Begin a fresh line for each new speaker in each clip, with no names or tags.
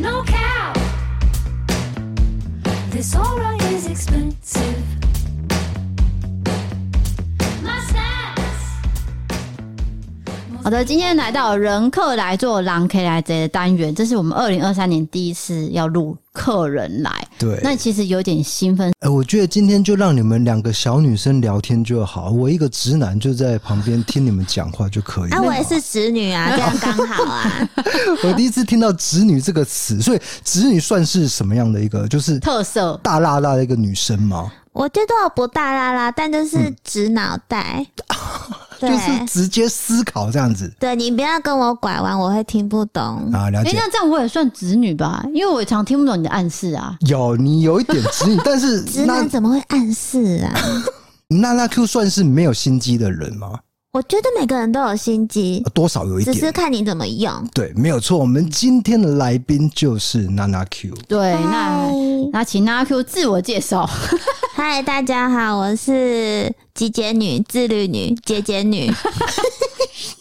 No cow. This aura is expensive. My stats.
好的，今天来到人客来做狼 K 来贼的单元，这是我们二零二三年第一次要录客人来，
对，
那其实有点兴奋。
哎、我觉得今天就让你们两个小女生聊天就好，我一个直男就在旁边听你们讲话就可以了。
啊，我也是侄 女啊，这样刚好啊。
我第一次听到“直女”这个词，所以直女算是什么样的一个？就是
特色
大辣辣的一个女生吗？
我觉得我不大啦啦，但就是直脑袋。
嗯
对、
就是直接思考这样子
对，你不要跟我拐弯，我会听不懂。
啊，了
哎、
解。
那这样我也算子女吧，因为我常听不懂你的暗示啊。
有你有一点直 女，但是
直
那
男怎么会暗示啊？
那那 Q 算是没有心机的人吗？
我觉得每个人都有心机
呃，多少有一
只是
点。
看你怎么用。
对，没有错。我们今天的来宾就是娜娜 Q。
对，那 那请那阿 Q 自我介绍。
嗨，大家好，我是极简女、自律女、节 俭女，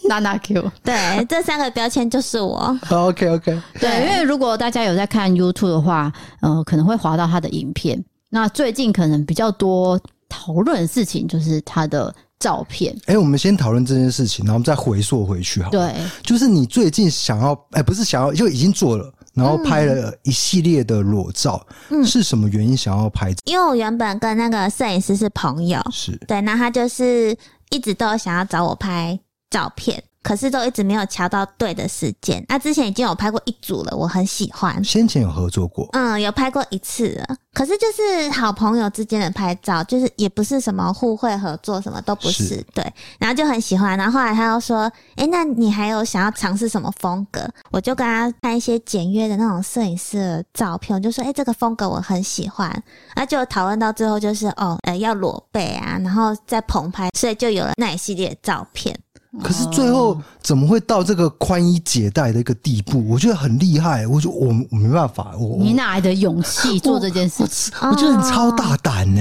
娜娜 Q，
对，这三个标签就是我。
OK OK，
对，因为如果大家有在看 YouTube 的话，呃，可能会滑到他的影片。那最近可能比较多讨论的事情就是他的照片，
哎、我们先讨论这件事情，然后我们再回溯回去好了。
对，
就是你最近想要，哎、不是想要，就已经做了，然后拍
嗯
了一系列的裸照，是什么原因想要拍？
因为我原本跟那个摄影师是朋友，
是
对，那他就是一直都有想要找我拍照片，可是都一直没有瞧到对的时间。那、之前已经有拍过一组了，我很喜欢。
先前有合作过，
哦
嗯，有拍过一次了，可是就是好朋友之间的拍照，就是也不是什么互惠合作，什么都不是，
是
对。然后就很喜欢，然后后来他又说：“诶，那你还有想要尝试什么风格？”我就跟他看一些简约的那种摄影师的照片，我就说：“诶，这个风格我很喜欢。”那就讨论到最后就是哦，呃，要裸背啊，然后再棚拍，所以就有了那一系列的照片。
可是最后怎么会到这个宽衣解带的一个地步？我觉得很厉害，我就我我没办法，我
你
我
哪来的勇气做这件事情？
我觉得你超大
哦
胆呢、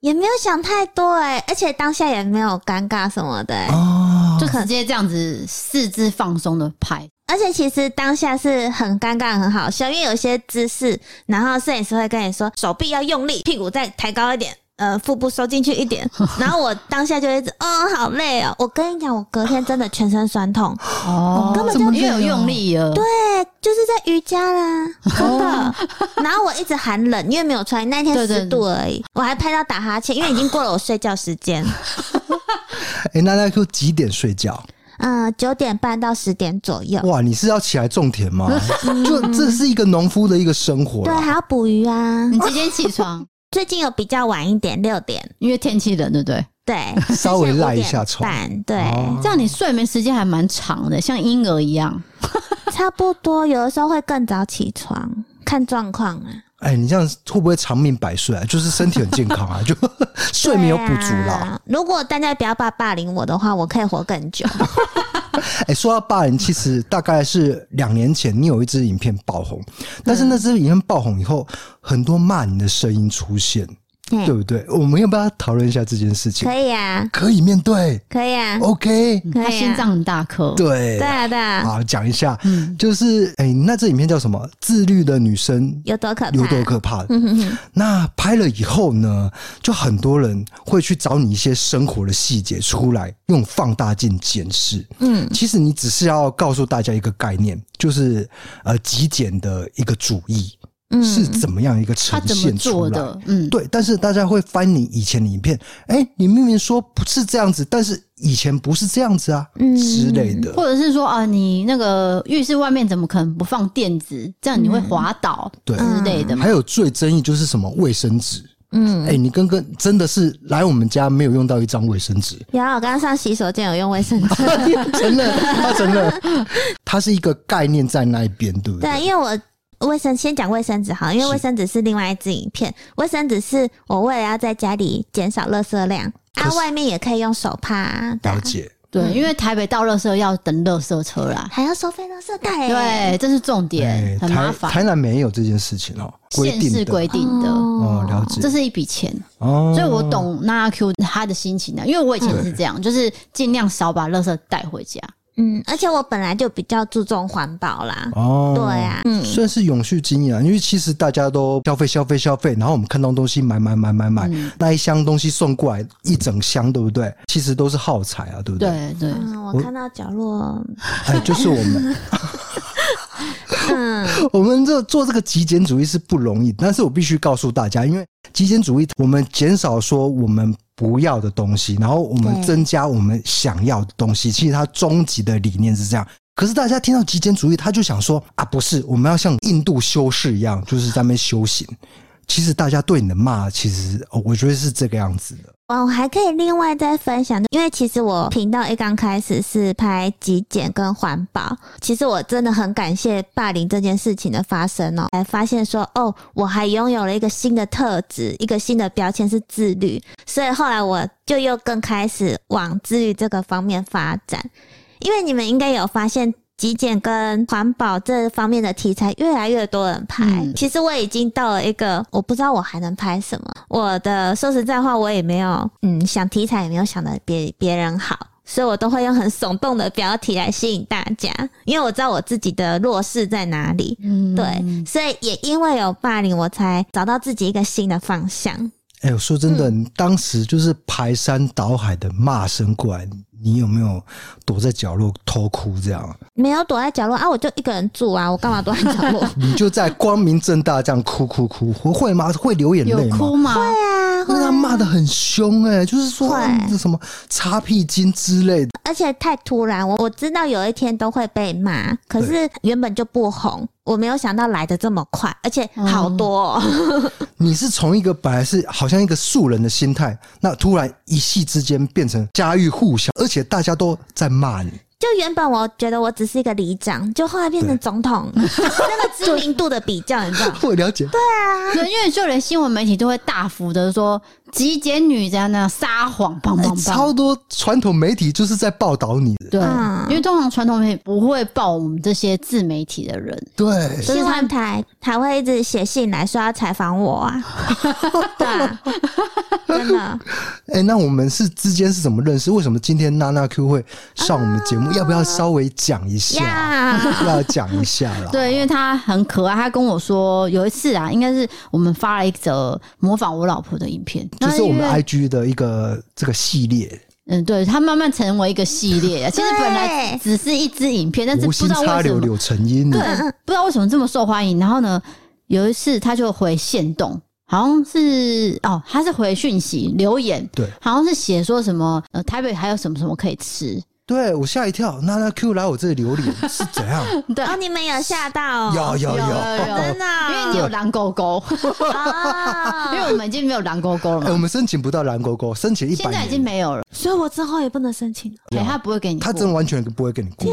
也没有想太多诶，而且当下也没有尴尬什么的诶。
啊，
哦就直接这样子四肢放松的拍，
而且其实当下是很尴尬、很好笑，因为有些姿势，然后摄影师会跟你说手臂要用力，屁股再抬高一点，呃，腹部收进去一点。然后我当下就一直，嗯，好累哦。我跟你讲，我隔天真的全身酸痛，
哦，
根本就
因为有用力了，对，啊
对，就是在瑜伽啦，真的。然后我一直寒冷，因为没有穿，那天
对对
十度而已，我还拍到打哈欠，因为已经过了我睡觉时间，
哎、那那 Q 几点睡觉？
嗯，九点半到十点左右。
哦
哇，你是要起来种田吗？
嗯
就这是一个农夫的一个生活
对，
啦，
还要捕鱼啊
你。几点起床？
最近有比较晚一点，六点。
因为天气冷，对不对？
对，
稍微赖一下
5
床
点半对，
哦
这样你睡眠时间还蛮长的，像婴儿一样。
差不多，有的时候会更早起床，看状况啊。
哎、你这样会不会长命百岁啊？就是身体很健康 啊，就睡眠有补足
对
啦。
啊。如果大家不要霸霸凌我的话，我可以活更 久。
哎、说到霸凌，其实大概是两年前，你有一支影片爆红，但是那支影片爆红以后，很多骂你的声音出现，
嘿
对不对？我们要不要讨论一下这件事情
嗯可？以啊，
可以面对
可以啊，
，OK，
可以啊
他心脏很大颗，
哦对
对，啊，嗯对啊，
好讲一下，就是哎、你那支影片叫什么？自律的女生
有多可怕？
有多可怕的？
嗯哼 哼
那拍了以后呢，就很多人会去找你一些生活的细节出来，用放大镜检视。
嗯，
其实你只是要告诉大家一个概念，就是呃极简的一个主义。
嗯
是怎么样一个呈
他怎么
现出
做
来。
的？嗯，
对，但是大家会翻你以前的影片，哎、你明明说不是这样子，但是以前不是这样子啊、
嗯
之类的。
或者是说啊，你那个浴室外面怎么可能不放垫子？这样你会滑倒
对
之类的嘛。
还有最争议就是什么卫生纸，哎、
嗯，
你跟跟真的是来我们家没有用到一张卫生纸，
然啊后我刚刚上洗手间有用卫 生纸，
承认他承认，它是一个概念在那一边，对不对？
对，因为我卫生先讲卫生纸好了，因为
是
卫生纸是另外一支影片，卫生纸是我为了要在家里减少垃圾量，啊
可，是
外面也可以用手帕、啊，对啊
了解。
对，因为台北到垃圾要等垃圾车啦。
还要收费垃圾袋、欸，
对，这是重
哎
点，很麻
台
烦。
台南没有这件事情哦，规
县
定
市
的
规定的，
哦，了解
这是一笔钱，
哦，
所以我懂那阿 Q 他的心情啊，因为我以前是这样，就是尽量少把垃圾带回家。
嗯，而且我本来就比较注重环保啦，
哦，
对啊，嗯，
算是永续经营啊，因为其实大家都消费、消费、消费，然后我们看到东西买、买、买、买、买，
嗯
那一箱东西送过来一整箱，对不对？其实都是耗材啊，对不对？
对对，
嗯，我
我
看到 角落，
哎，就是我们，
嗯，
我们这做这个极简主义是不容易，但是我必须告诉大家，因为极简主义，我们减少说我们不要的东西，然后我们
对
增加我们想要的东西，其实它终极的理念是这样。可是大家听到极简主义，他就想说啊，不是，我们要像印度修士一样，就是在那边修行。其实大家对你的骂，其实、哦、我觉得是这个样子的。
哇，我还可以另外再分享，因为其实我频道一刚开始是拍极简跟环保，其实我真的很感谢霸凌这件事情的发生哦，才发现说哦，我还拥有了一个新的特质，一个新的标签是自律，所以后来我就又更开始往自律这个方面发展，因为你们应该有发现。极简跟环保这方面的题材越来越多人拍，
嗯
其实我已经到了一个我不知道我还能拍什么。我的说实在话，我也没有嗯想题材，也没有想的别别人好，所以我都会用很耸动的标题来吸引大家，因为我知道我自己的弱势在哪里。
嗯，
对，所以也因为有霸凌，我才找到自己一个新的方向。
哎、我说真的，你当时就是排山倒海的骂声过来，你有没有躲在角落偷哭这样？
没有躲在角落啊，我就一个人住啊，我干嘛躲在角 落？
你就在光明正大这样哭哭哭，会会吗？会流眼
有
泪吗
哭？啊吗？
啊
因为他骂的很凶哎、就是说
会
嗯这什么擦屁巾之类的，
而且太突然，我我知道有一天都会被骂，可是原本就不红，我没有想到来的这么快，而且好多、哦。
嗯
你是从一个本来是好像一个素人的心态，那突然一夕之间变成家喻户晓，而且大家都在骂你，
就原本我觉得我只是一个里长，就后来变成总统，那个知名度的比较，你知道吗？
我了解。
对，因为就连新闻媒体都会大幅的说极简女这样那样撒谎，棒
哎
棒
超
棒。
多传统媒体就是在报道你的，
对
嗯，
因为通常传统媒体不会报我们这些自媒体的人，
对，
就是
新
他
闻台还会一直写信来说要采访我 啊，对啊，真的。
哎、那我们是之间是怎么认识？为什么今天娜娜 Q 会上我们的节
啊
目？要不要稍微讲一下？
呀
要讲一下啦。
对，因为他很可爱。他跟我说有一次啊，应该是我们发了一则模仿我老婆的影片，
就是
那
我
因
们
为
IG 的一个这个系列，
嗯，对，它慢慢成为一个系 列。啊其实本来
对
只是一支影片，但是
无
不知
心
道为
插
什
柳
么，
柳成荫。
对，不知道为什么这么受欢迎。然后呢，有一次他就回线动，好像是哦，他是回讯息留言，
对
好像是写说什么呃台北还有什么什么可以吃，
对我吓一跳，娜娜 Q 来我这里留脸是 怎样？
对，
哦，你们有吓到、
有
哦？
有有。
有
真的哦、
因为你有狼狗狗，
啊
因为我们已经没有狼狗狗了
哎，我
嘛，
们申请不到蓝勾勾，申请一
现
百
在
年，
已经没有了，
所以我之后也不能申请了。
对，他不会给你过，
他真的完全不会给你过。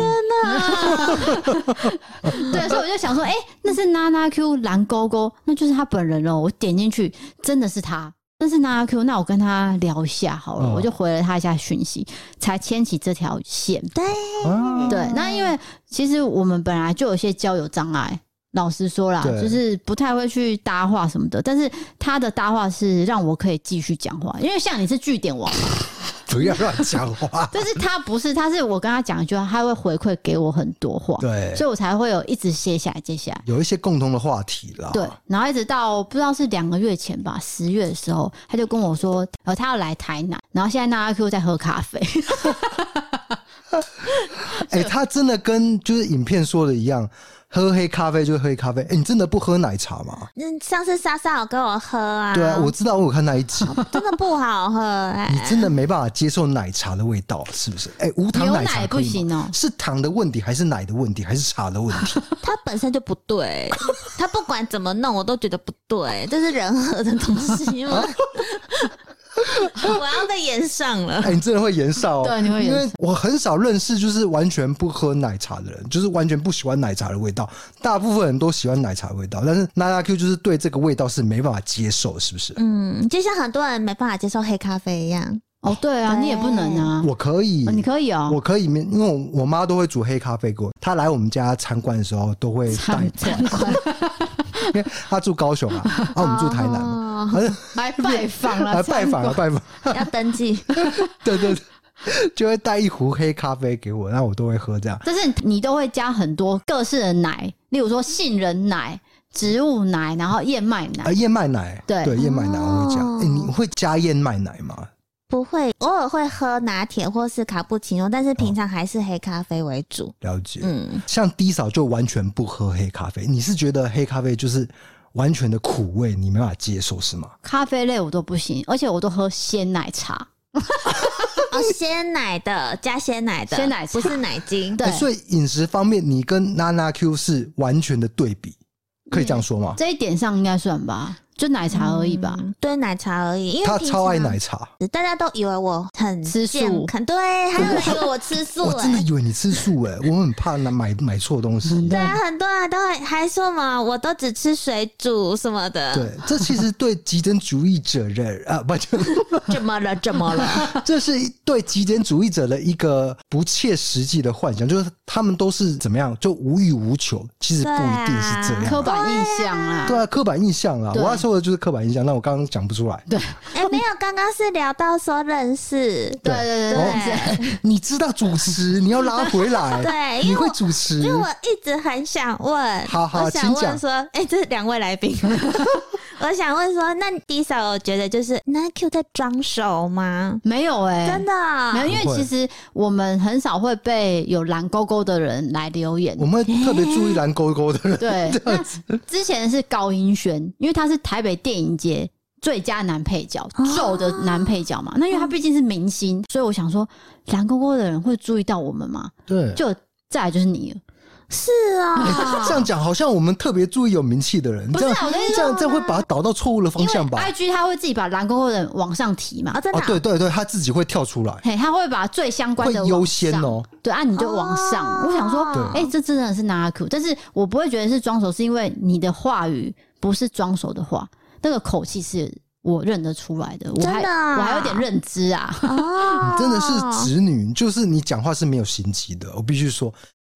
对，所以我就想说，哎、那是娜娜 Q 蓝勾勾，那就是他本人哦。我点进去，真的是他，那是娜娜 Q。那我跟他聊一下好了，
哦
我就回了他一下讯息，才牵起这条线。
啊，
对，那因为其实我们本来就有一些交友障碍。老实说啦，
对
就是不太会去搭话什么的，但是他的搭话是让我可以继续讲话，因为像你是据点王嘛，。
不要乱讲话
但是他不是，他是我跟他讲一句话，他会回馈给我很多话，
对，
所以我才会有一直接下来接下来。
有一些共同的话题啦。
对，然后一直到不知道是两个月前吧，十月的时候，他就跟我说，呃，他要来台南，然后现在那阿 Q 在喝咖啡，
哎、他真的跟就是影片说的一样，喝黑咖啡就黑咖啡。哎、你真的不喝奶茶吗？
嗯，上次莎莎有跟我喝啊，
对啊，我知道，我有看那一集，
真的不好喝哎、
你真的没办法接受奶茶的味道，是不是？哎、无糖
牛
奶茶
奶
可以
不行
吗
哦
是糖的问题，还是奶的问题，还是茶的问题？哎
它本身就不对，它不管怎么弄，我都觉得不对，这是人喝的东西吗？ 我要被延上了
哎、。你真的会延烧、哦，
啊对啊你会延
因
烧
为我很少认识就是完全不喝奶茶的人，就是完全不喜欢奶茶的味道。大部分人都喜欢奶茶的味道，但是娜拉 Q 就是对这个味道是没办法接受，是不是？
嗯，就像很多人没办法接受黑咖啡一样，
哦，对啊，你也不能啊，
我可以，
哦你可以哦，
我可以，因为我我妈都会煮黑咖啡给我。她来我们家参观的时候都会带
参
罐，因为她住高雄啊，啊我们住台南嘛，
哦、
反正
来拜访 了，
来拜访了
参观
拜访，
要登记。
对对对，就会带一壶黑咖啡给我，然后我都会喝这样。
但是你都会加很多各式的奶，例如说杏仁奶、植物奶，然后燕麦奶
啊，。燕麦奶，
对
对，燕麦奶我会加。
哦
诶你会加燕麦奶吗？
不会，偶尔会喝拿铁或是卡布奇诺，但是平常还是黑咖啡为主。
了解。
嗯，
像低嫂就完全不喝黑咖啡，你是觉得黑咖啡就是完全的苦味，你没办法接受是吗？
咖啡类我都不行，而且我都喝鲜奶茶。
哦，鲜奶的加鲜奶的，
鲜奶茶
不是奶精。
对
诶哎所以饮食方面，你跟娜娜 Q 是完全的对比，可
嗯
以这样说吗？
这一点上应该算吧，就奶茶而已吧。
嗯对奶茶而已，因为
她
平
超爱
常
奶茶，
大家都以为我很
吃
健
素
康，对，还有人以为我吃素、
我
哎，
真的以为你吃素诶，我很怕拿买买错东西。
对啊，很多人都会还说嘛，我都只吃水煮什么的，
对，这其实对极简主义者的啊，不就
怎么了？怎么了？
这是对极简主义者的一个不切实际的幻想，就是他们都是怎么样，就无欲无求，其实不一定是这
对啊
样
刻
啊。
板印象啦，
对啊，刻板印象啊，我
对
要说的就是刻板印象，那我刚刚讲不出来。
对
哎、没有，刚刚是聊到说认识，
对对
哦
对对，
哎你知道主持，你要拉回 来，
对因为
你会
我
主持
因为。我一直很想问，
嗯好好
我想
请讲
问说，哎、这是两位来宾， 我想问说，那第一首我觉得就是那 Q 在装熟吗？
没有哎、
真的啊
没有，因
不
为
会
其实我们很少会被有蓝勾勾的人来留言
我。们会特别注意蓝勾勾的人，
对，那之前是高音轩，因为他是台北电影节最佳男配角，咒的男配角嘛。那因为他毕竟是明星，所以我想说，蓝勾勾的人会注意到我们吗？
对，
哎
哎
就再来就是你了，
是哦，
这样讲好像我们特别注意有名气的人，
不
这
是啊
样
我跟你
这样这样会把他导到错误的方
因为哎
向吧？
I G 他会自己把蓝勾勾的人往上提嘛
哦，，真的、
哦，对，对对，他自己会跳出来，
嘿，他会把最相关
会
的
优
往
先
上
哦。
对啊，你就往上。
哦
我想说，
对啊
哎、这真的是 Naku，但是我不会觉得是装熟，是因为你的话语不是装熟的话，那个口气是我认得出来的，我还
真的啊
我还有点认知啊。
哦
你，真的是直女，就是你讲话是没有心机的，我必须说。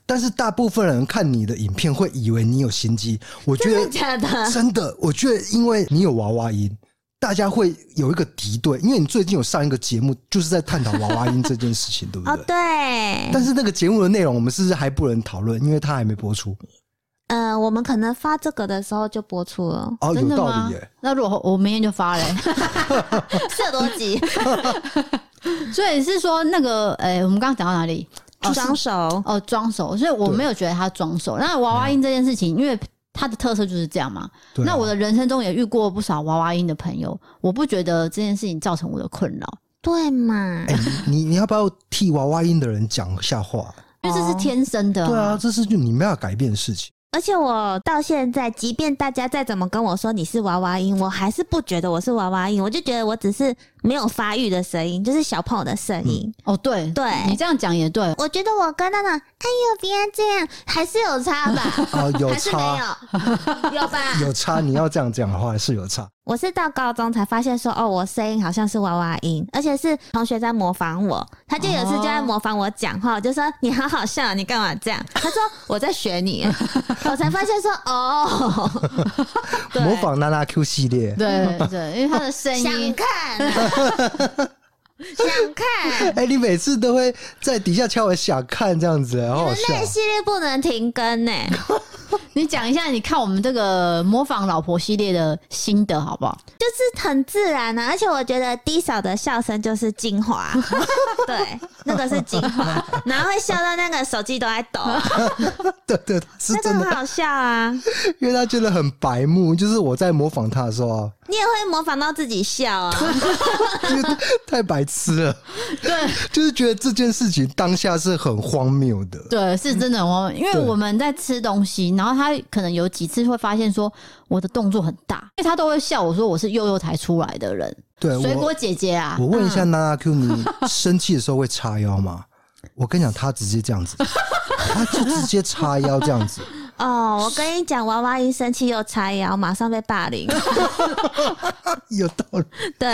但是大部分人看你的影片会以为你有心机，我觉
哦真
得
的假的？
真的，我觉得因为你有娃娃音，大家会有一个敌对，因为你最近有上一个节目，就是在探讨娃娃音这件事情，对不
哦，
对？
对，
但是那个节目的内容，我们是不是还不能讨论？因为它还没播出。
呃，我们可能发这个的时候就播出了，
哦，
真
有
的
道
吗
理耶。？
那如果我明天就发 嘞、
这多 集
所以是说那个，哎、我们刚刚讲到哪里？
装熟，
哦，装熟，所以我没有觉得他装熟。那娃娃音这件事情，因为他的特色就是这样嘛。
对啊
那我的人生中也遇过不少娃娃音的朋友，我不觉得这件事情造成我的困扰，
对嘛？
哎、你你要不要替娃娃音的人讲一下话？
因为这是
哦
天生的、
对啊，，这是就你没有改变的事情。？
而且我到现在，即便大家再怎么跟我说你是娃娃音，我还是不觉得我是娃娃音，我就觉得我只是没有发育的声音，就是小朋友的声音。
哦，对
对
你这样讲也对。
我觉得我跟那种“哎呦，别这样”还是有差吧
啊、有
还是没
差，
有？ 有吧？
有差。你要这样讲的话是有差。
我是到高中才发现说，哦，我声音好像是娃娃音，而且是同学在模仿我。他就有一次就在模仿我讲话，我就说你好好笑，你干嘛这样？他说我在学你，我才发现说哦， 对
模仿娜娜 Q 系列，
对对 对，因为他的声
想
音，
看、啊，想看。
哎、你每次都会在底下敲我想看这样子，好好
那
笑
个。系列不能停更呢、
你讲一下，你看我们这个模仿老婆系列的心得好不好？
就是很自然啊，而且我觉得低嫂的笑声就是精华， 对，那个是精华，然后会笑到那个手机都在 抖，
对对，是
那个
真
很
的，
好笑啊。
因为他觉得很白目，就是我在模仿他的时候 啊，
你也会模仿到自己笑啊，
因为太白痴了，
对
就是觉得这件事情当下是很荒谬的。
对，是真的很荒谬，因为
对
我们在吃东西，然后他可能有几次会发现说我的动作很大，因为他都会笑我说我是幼幼才出来的人，
对，
水
呃我
果姐姐啊
我，问一下
嗯
娜娜 Q，你生气的时候会叉腰吗？我跟你讲，他直接这样子，他就直接叉腰这样 子。
哦，我跟你讲，娃娃一生气又叉腰，马上被 霸凌。
有道理，
对，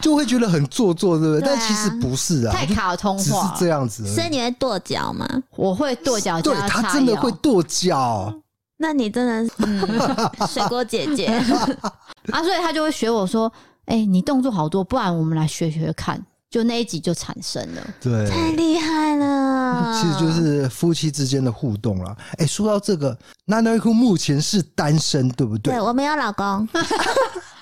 就会觉得很做作，对不对？
对啊
但其实不是啊，
太卡通
只是
化
这
了，
样子而已。
所以你会跺脚吗？
嗯
我会跺脚
对
加
他
叉
真的
腰
会跺脚，
那你真的是嗯，水果姐姐，
啊，所以他就会学我说，哎、你动作好多，不然我们来学学看。就那一集就产生了，
对，
太厉害了。
其实就是夫妻之间的互动啦。哎、说到这个，娜娜 Q 目前是单身，对不对
对？我没有老公，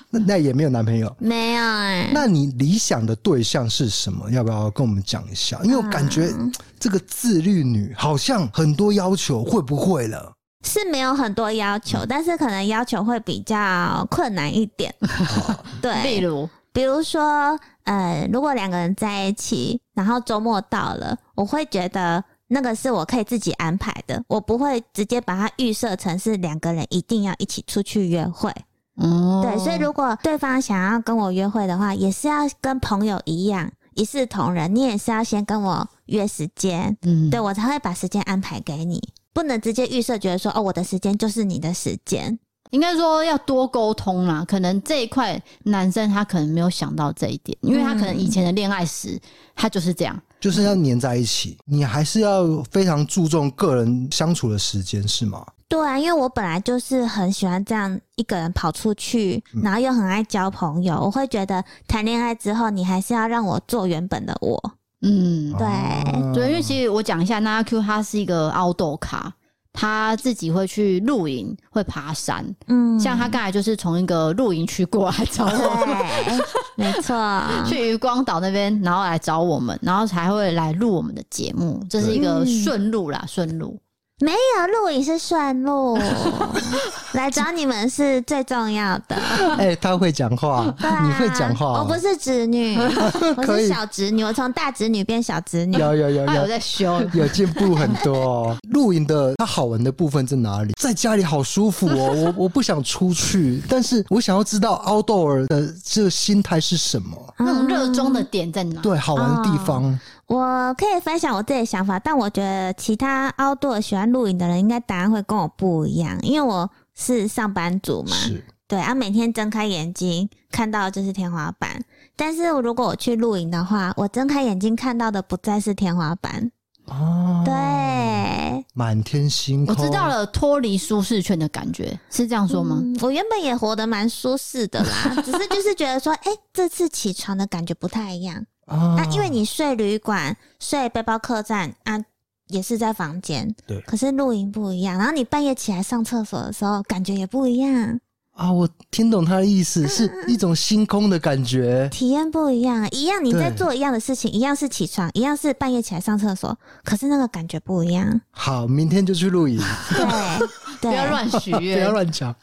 那那也没有男朋友。
没有哎、
那你理想的对象是什么？要不要跟我们讲一下？因为我感觉
嗯
这个自律女好像很多要求，会不会了？
是没有很多要求，但是可能要求会比较困难一点。
哦
例
对，
如
比如说，呃，如果两个人在一起，然后周末到了，我会觉得那个是我可以自己安排的，我不会直接把它预设成是两个人一定要一起出去约会。
哦，
对，所以如果对方想要跟我约会的话，也是要跟朋友一样一视同仁，你也是要先跟我约时间，
嗯，
对我才会把时间安排给你，不能直接预设觉得说哦，我的时间就是你的时间。
应该说要多沟通啦。可能这一块男生他可能没有想到这一点，因为他可能以前的恋爱史他就是这样，
就是要黏在一起，你还是要非常注重个人相处的时间，是吗？
对啊，因为我本来就是很喜欢这样一个人跑出去，
嗯
然后又很爱交朋友。我会觉得谈恋爱之后，你还是要让我做原本的我。
嗯，
对
啊
对，因为其实我讲一下，那 Q 他是一个 outdoor 咖，他自己会去露营，会爬山，
嗯，
像他刚才就是从一个露营区过来找我。
对，没错，
去渔光岛那边，然后来找我们，然后才会来录我们的节目，这是一个
对
顺路啦，顺路。
没有录影是顺路，来找你们是最重要的。
哎、他会讲话，
对啊
你会讲话、
我不是侄女，我
可
是
以
小侄女，我从大侄女变小侄女。
有有有
他
哎
有
有
在修，
有进步很多、 哦。露营的它好玩的部分在哪里？在家里好舒服 哦，我我不想出去，但是我想要知道 outdoor 的这个心态是什么。
那种
嗯
热衷的点在哪？
对，好玩的地方，
我可以分享我自己的想法，但我觉得其他 outdoor 喜欢露营的人，应该答案会跟我不一样，因为我是上班族嘛。
是
对啊，每天睁开眼睛看到的就是天花板。但是如果我去露营的话，我睁开眼睛看到的不再是天花板，
哦，
对，，
满天星
我
空，
知道。了，脱离舒适圈的感觉是这样说吗？
嗯我原本也活得蛮舒适的啦，只是就是觉得说，哎、这次起床的感觉不太一样
啊
啊，因为你睡旅馆、睡背包客栈啊，也是在房间，
对
可是露营不一样，然后你半夜起来上厕所的时候，感觉也不一样，
啊，我听懂他的意
嗯
思，是一种星空的感觉。
体验不一样，一样你在
对
做一样的事情，一样是起床，一样是半夜起来上厕所，可是那个感觉不一样，
好，明天就去露 营，
对对，
不要乱许
不
愿，
要乱讲。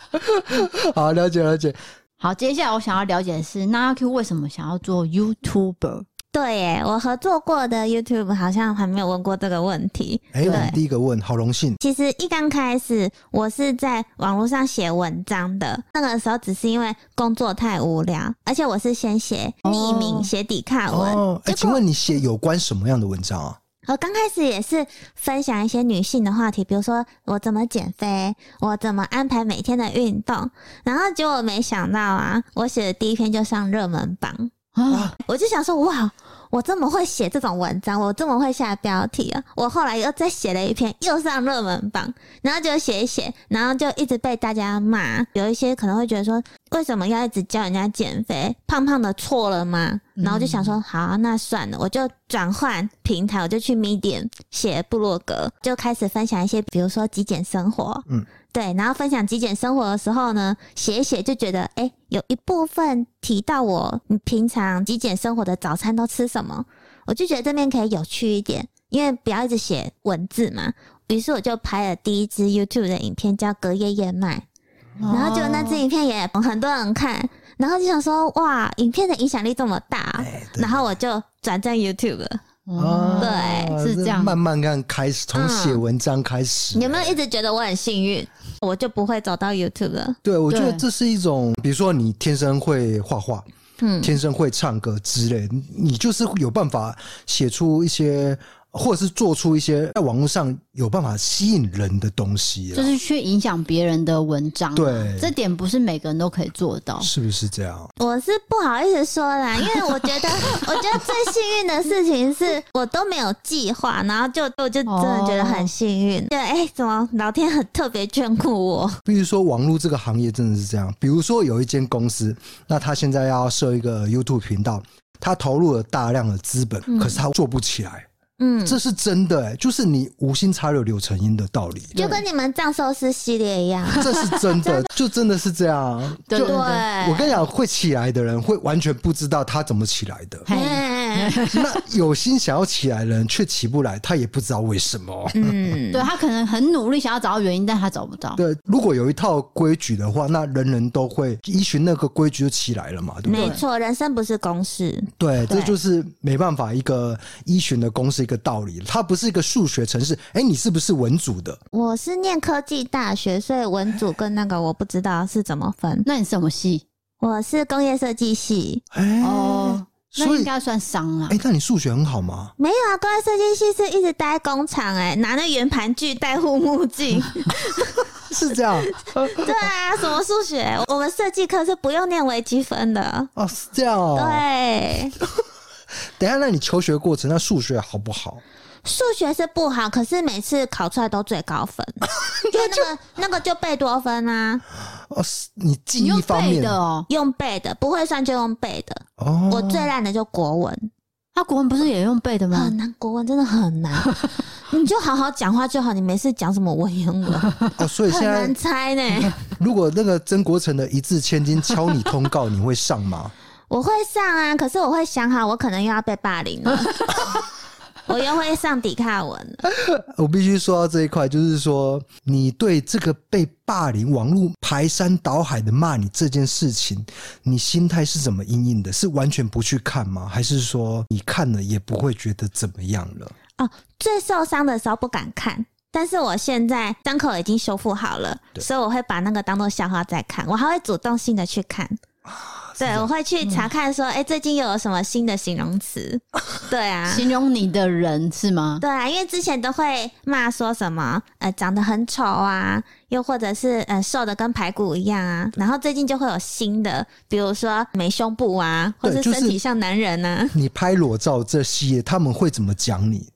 好，了解了解。
好，接下来我想要了解的是，那阿 Q 为什么想要做 YouTuber？
对耶，我合作过的 YouTube 好像还没有问过这个问题，
哎、
对
我们第一个问，好荣幸。
其实一刚开始，我是在网络上写文章的。那个时候只是因为工作太无聊，而且我是先写匿名
哦
写抵抗文。
哦，哎、请问你写有关什么样的文章啊？
我刚开始也是分享一些女性的话题，比如说我怎么减肥，我怎么安排每天的运动。然后结果没想到啊，我写的第一篇就上热门榜，
啊，
我就想说哇。我这么会写这种文章，我这么会下标题啊！我后来又再写了一篇，又上热门榜，然后就写一写，然后就一直被大家骂。有一些可能会觉得说，为什么要一直教人家减肥？胖胖的错了吗？然后就想说，好、啊，那算了，我就转换平台，我就去 Medium 写部落格，就开始分享一些，比如说极简生活，
嗯
嗯，对，然后分享极简生活的时候呢，写一写就觉得，哎、有一部分提到我平常极简生活的早餐都吃什么，我就觉得这边可以有趣一点，因为不要一直写文字嘛。于是我就拍了第一支 YouTube 的影片，叫《隔夜燕麦》，然后就那支影片也很多人看，然后就想说哇，影片的影响力这么大，
对
然后我就转战 YouTube 了。
啊
哦
对
是这样嗯
慢慢看开始，从写文章开始。
你有没有一直觉得我很幸运，我就不会走到 YouTube 了？
对，我觉得
对
这是一种，比如说你天生会画画，
嗯，
天生会唱歌之类，你你就是有办法写出一些，或者是做出一些在网络上有办法吸引人的东西啦。
就是去影响别人的文章。，
对，
这点不是每个人都可以做到。
是不是这样？
我是不好意思说啦，因为我 觉得，我觉得最幸运的事情是我都没有计划，然后就我就真的觉得很幸运。哦对，哎、怎么老天很特别眷顾我？
比如说网络这个行业真的是这样，比如说有一间公司，那他现在要设一个 YouTube 频道，他投入了大量的资本，
嗯
可是他做不起来，
嗯，
这是真的、欸，就是你无心插柳柳成荫的道 理。
就跟你们藏寿司系列一样。
这是真的，就真的是这样。
对
就
对。
我跟你讲，会起来的人会完全不知道他怎么起来的
嘿，
哎
那有心想要起来的人却起不来，他也不知道为什么。
嗯，
对啊他可能很努力想要找到原因，但他找不到。
对，如果有一套规矩的话，那人人都会依循那个规矩就起来了嘛，对不
没
对？
错，人生不是公式。
对，
对
这就是没办法一个依循的公式一个道理，它不是一个数学程式。哎，你是不是文组的？
我是念科技大学，所以文组跟那个我不知道是怎么分。
那你什么系？
我是工业设计系，
哎，
哦，那
所以
应该算商啊啦
哎。，那你数学很好吗？
没有啊，工业设计系是一直待工厂、哎，拿那圆盘锯，戴护 目镜。
是这样
对啊，什么数学？我们设计课是不用念微积分的。
哦，是这样哦。
对，
等一下，那你求学过程，那数学好不好？
数学是不好，可是每次考出来都最 高分，因为那个那个就贝多芬啊，
哦，是你记
你
忆
用
方
背
面
的哦，
用背的，不会算就用背的。
哦，
我最烂的就国文，
他啊国文不是也用背
嗯
的吗
很？难，国文真的 很难。你就好好讲话就好，你没事讲什么文言文，
哦，所以现
很难
在
猜呢。
如果那个曾国成的一字千金敲你通告，你会上吗？
我会上啊，可是我会想好，我可能又要被霸 凌了。我又会上迪卡文了，
我必须说到这一块，就是说你对这个被霸凌、网络排山倒海的骂你这件事情，你心态是怎么阴影的？是完全不去看吗？还是说你看了也不会觉得怎么样了？
最受伤的时候不敢看，但是我现在伤口已经修复好了，所以我会把那个当做笑话在看，我还会主动性的去看。
啊
对，我会去
嗯
查看说，哎、最近又有什么新的形 容词？对啊，
形容你的人是吗？
对啊，因为之前都会骂说什么呃长得很丑啊，又或者是呃瘦的跟排骨一样啊，然后最近就会有新的，比如说没胸部啊，或
对
是
就
身
是
体像男人啊，
你拍裸照这系列，他们会怎么讲你？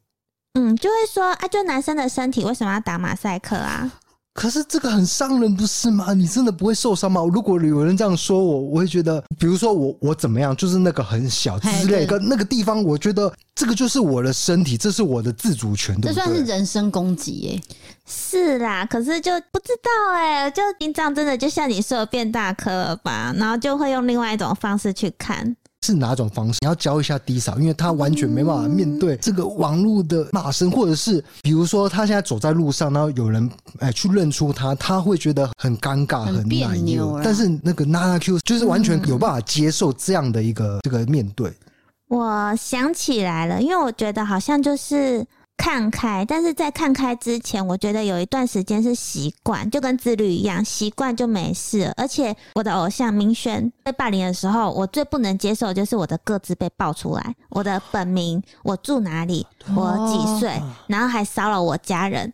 嗯，就会说啊，就男生的身体为什么要打马赛克啊？
可是这个很伤人，不是吗？你真的不会受伤吗？如果有人这样说我，我会觉得，比如说我我怎么样，就是那个很小之
哎对
类的那个地方，我觉得这个就是我的身体，这是我的自主权，对
这
不对？
算是人身攻击耶。
是啦，可是就不知道哎、就心脏真的就像你说的变大颗了吧，然后就会用另外一种方式去看。
是哪种方式？你要教一下低嫂，因为她完全没办法面对这个网络的骂声，或者是比如说她现在走在路上，然后有人哎、去认出她，她会觉得很尴尬、
很
很
别
难
扭
啊
过
啦。
但是那个娜娜 Q 就是完全有办法接受这样的一个、这个面对。
嗯我想起来了，因为我觉得好像就是看开，但是在看开之前，我觉得有一段时间是习惯，就跟自律一样，习惯就没事了。而且我的偶像明轩被霸凌的时候，我最不能接受的就是我的个子被爆出来，我的本名，我住哪里，我几岁，然后还骚扰我家人。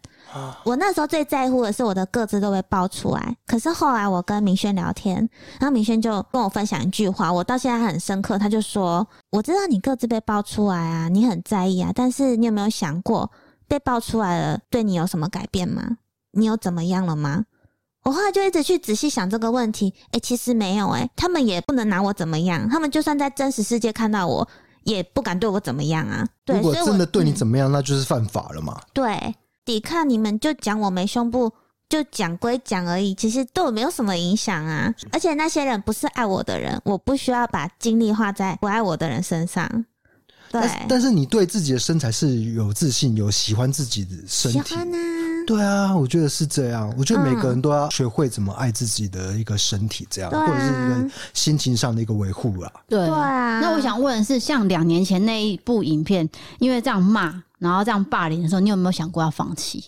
我那时候最在乎的是我的个子都被爆出来，可是后来我跟明轩聊天，然后明轩就跟我分享一句话，我到现在还很深刻。他就说：“我知道你各自被爆出来啊，你很在意啊，但是你有没有想过，被爆出来了对你有什么改变吗？你有怎么样了吗？”我后来就一直去仔细想这个问题，哎、其实没有、诶哎，他们也不能拿我怎么样，他们就算在真实世界看到我，也不敢对我怎么样啊。对，
如果
所以我
真的对你
嗯
怎么样，那就是犯法了嘛。
对，抵抗你们就讲我没胸部，就讲归讲而已，其实对我没有什么影响啊。而且那些人不是爱我的人，我不需要把精力花在不爱我的人身上。对
但，是但是你对自己的身材是有自信，有喜欢自己的身
喜
体。
欢啊，
对啊，我觉得是这样。我觉得每个
嗯
人都要学会怎么爱自己的一个身体，这样、
对啊
或者是一个心情上的一个维护啦。
对
对啊。
那我想问的是，像两年前那一部影片，因为这样骂，然后这样霸凌的时候，你有没有想过要放弃？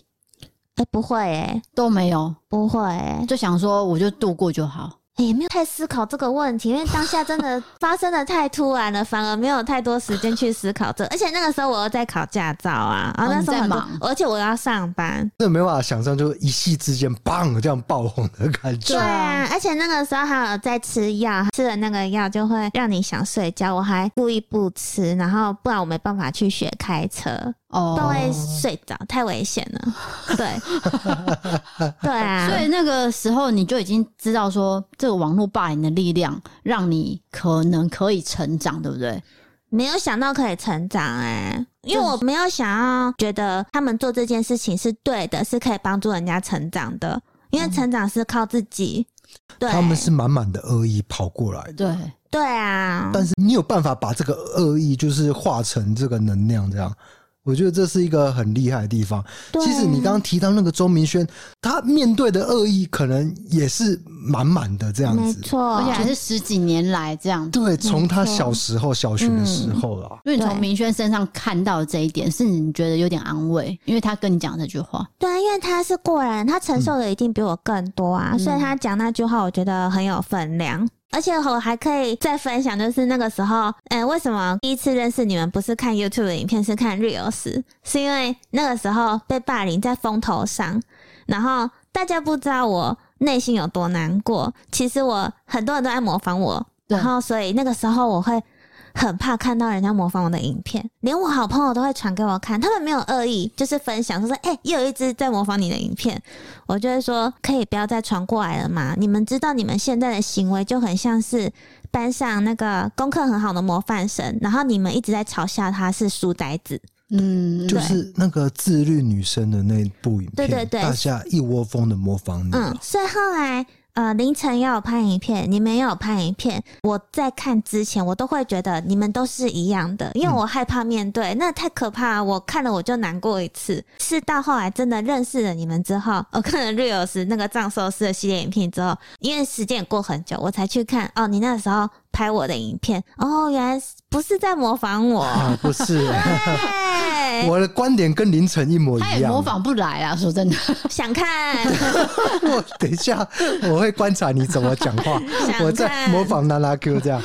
哎、不会哎、
都没有，
不会哎、
就想说我就度过就好。
哎也没有太思考这个问题，因为当下真的发生的太突然了，反而没有太多时间去思考这。而且那个时候我又在考驾照啊，然
哦
后那
你
时候
在
很多，
忙
而且我要上班，
真的没办法想象，就是一夕之间，砰这样爆红的感觉
对。
啊
啊，而且那个时候还有在吃药，吃了那个药就会让你想睡觉，我还故意不吃，然后不然我没办法去学开车，
哦
不然会睡着，太危险了。对， 对啊，
所以那个时候你就已经知道说，这个网络霸凌的力量让你可能可以成长，对不对？
没有想到可以成长哎、因为我没有想要觉得他们做这件事情是对的，是可以帮助人家成长的，因为成长是靠自己。对，
嗯他们是满满的恶意跑过来的，
对，
对啊，
但是你有办法把这个恶意就是化成这个能量，这样，我觉得这是一个很厉害的地方。
对
即使你刚刚提到那个周明轩，他面对的恶意可能也是满满的这样
没
子。
错，
而且还是十几年来这样。
对，从他小时候小学的时候啊，
因为你从
对
明轩身上看到的这一点，是你觉得有点安慰，因为他跟你讲这句话，
对啊，因为他是过来人，他承受的一定比我更多啊，所以他讲那句话，我觉得很有分量。而且我还可以再分享，就是那个时候，嗯，为什么第一次认识你们不是看 YouTube 的影片，是看 Reels，是因为那个时候被霸凌在风头上，然后大家不知道我内心有多难过。其实我很多人都在模仿我，
对
然后所以那个时候我会很怕看到人家模仿我的影片，连我好朋友都会传给我看，他们没有恶意，就是分享，说说哎、又有一只在模仿你的影片，我就会说可以不要再传过来了嘛。你们知道你们现在的行为就很像是班上那个功课很好的模范生，然后你们一直在嘲笑他是书呆子，
嗯，
就是那个自律女生的那部影片，
对对对
大家一窝蜂的模仿你、
嗯
啊，，
所以后来呃凌晨也有拍影片，你们也有拍影片。我在看之前，我都会觉得你们都是一样的，因为我害怕面对，那太可怕了。我看了我就难过一次。是到后来真的认识了你们之后， 哦我看了 Reels 那个藏寿司的系列影片之后，因为时间也过很久，我才去看哦，你那时候拍我的影片，哦，原来不是在模仿我。
啊，不是，
哎
我的观点跟凌晨一模
他
一
也
样。
模仿不来啊，说真的，
想看，
我等一下我会观察你怎么讲话，我在模仿娜娜 Q 这样。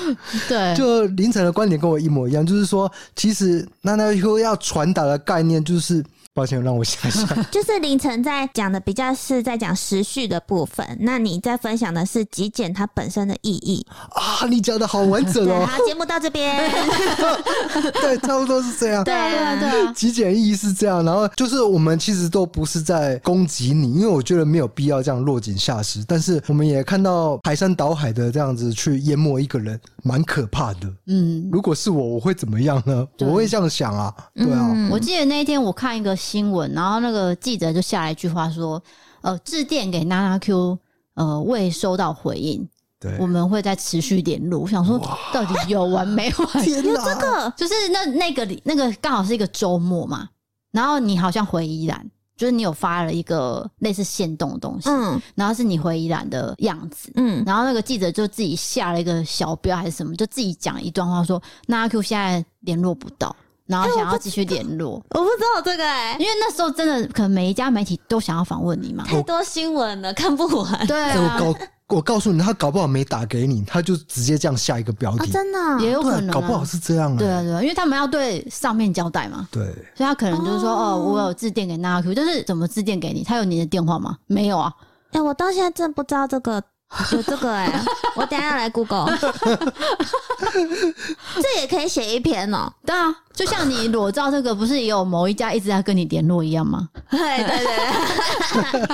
对，
就凌晨的观点跟我一模一样，就是说，其实娜娜 Q 要传达的概念就是，抱歉，让我想想。
就是凌晨在讲的比较是在讲时序的部分，那你在分享的是极简它本身的意义。
啊，你讲的好完整
对，
哦，
好，节目到这边，
对，差不多是这样。
对啊
对啊，
极简意义是这样，然后就是我们其实都不是在攻击你，因为我觉得没有必要这样落井下石。但是我们也看到排山倒海的这样子去淹没一个人，蛮可怕的。
嗯。
如果是我，我会怎么样呢？
对
我会这样想啊，对啊，
嗯
我记得那一天我看一个新闻，然后那个记者就下来一句话说：“呃，致电给娜娜 Q，呃，未收到回应，
对
我。们会再持续联络。”我想说，到底有完没 完？
天哪！
这个
就是那那个里那个刚好是一个周末嘛，然后你好像回宜兰，就是你有发了一个类似限动的东西，
嗯
然后是你回宜兰的样子。
嗯，
然后那个记者就自己下了一个小标还是什么，就自己讲一段话说，那阿 Q 现在联络不到，然后想要继续联络，
我不知道这个哎、
因为那时候真的可能每一家媒体都想要访问你嘛。
太多新闻了，看不完。
对
哎我
啊，
告我告诉你，他搞不好没打给你，他就直接这样下一个标
哦
题，，
真的 哦、
也有
对
可
啊
能、啊，
搞不好是这样、啊。
对啊对啊，因为他们要对上面交代嘛，
对，
所以他可能就是说，哦，我有致电给那阿 Q，但是怎么致电给你？他有你的电话吗？没有啊，
哎、我到现在真不知道这个有这个哎、 我等一下要来 Google，这也可以写一篇哦、
对啊，就像你裸照这个，不是也有某一家一直在跟你联络一样吗？
对对对，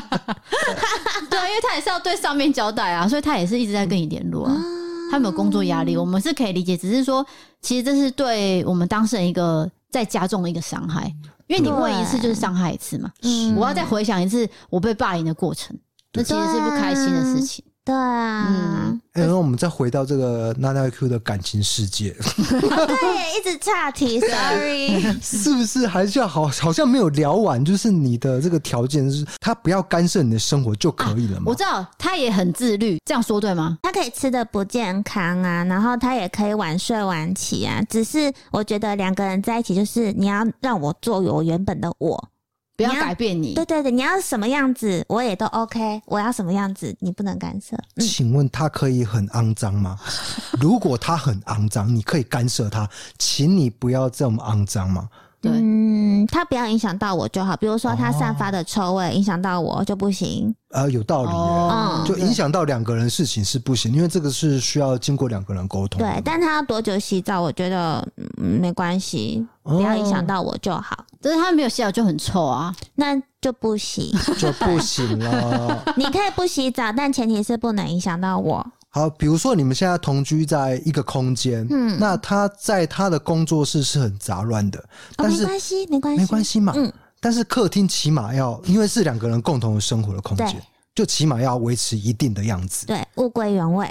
对啊，因为他也是要对上面交代啊，所以他也是一直在跟你联络啊。
嗯
他们有工作压力，我们是可以理解，只是说，其实这是对我们当事人一个再加重的一个伤害，因为你问一次就是伤害一次嘛。
嗯
我要再回想一次我被霸凌的过程，那其实是不开心的事情。
对啊，
嗯
哎、然后我们再回到这个娜娜 Q 的感情世界，
对，一直岔题，sorry。
是不是还是要好？好像没有聊完，就是你的这个条件是，他不要干涉你的生活就可以了嘛？
我知道他也很自律，这样说对吗？
他可以吃的不健康啊，然后他也可以晚睡晚起啊。只是我觉得两个人在一起，就是你要让我做我原本的我，
不要
你要
改变
嗯
你
对。对对，你要什么样子我也都 OK，我要什么样子你不能干涉。
请问他可以很肮脏吗？ 如果他很肮脏，你可以干涉他，请你不要这么肮脏嘛。
对
嗯，他不要影响到我就好。比如说他散发的臭味影响到我就不行。
呃，有道理耶、
哦
嗯
就影响到两个人事情是不行，因为这个是需要经过两个人沟通的嘛。
对，但他要多久洗澡，我觉得、嗯没关系，
哦
不要影响到我就好。
但是他没有洗澡就很臭啊。
那就不洗，
就不行 了。
你可以不洗澡， 但前提是不能影响到我。哦
好，比如说你们现在同居在一个空间，
嗯
那他在他的工作室是很杂乱的，
哦，
但
没
是、
关系，没关系，
没关系嘛，
嗯
但是客厅起码要，因为是两个人共同生活的空间
对。
就起码要维持一定的样子。
对，物归 原位。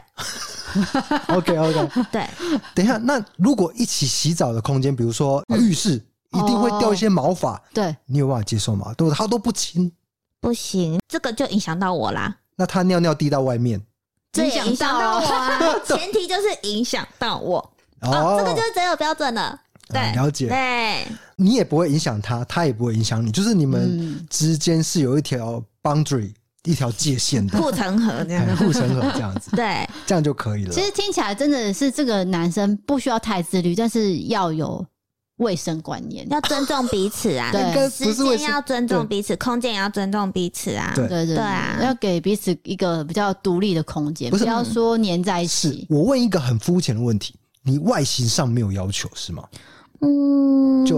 OK OK，
对，
等一下，那如果一起洗澡的空间，比如说浴室，
嗯
一定会掉一些毛发，
对，
你有办法接受吗？对，他都不清，
不行，这个就影响到我啦。
那他尿尿滴到外面，
这也
影响
影
到
响到
我
我啊， 前提就是影响到我。哦，这个就是择偶标准了。
啊
对，
了解
对，
你也不会影响他，他也不会影响你，就是你们啊
嗯
之间是有一条 boundary，一条界限 的，
护城河这样
哎。护城河这样子，
对，
这样就可以了
其。实听起来真的是这个男生不需要太自律，但是要有卫生观念。
要尊重彼 此啊。
对
跟不
时
是为
间要尊重彼此，空间也要尊重彼此啊。
对
对对
对啊
要给彼此一个比较独立的空间，
不
不
是
要说黏在一
是
起。
我问一个很肤浅的问题，你外形上没有要求是吗？
嗯，
就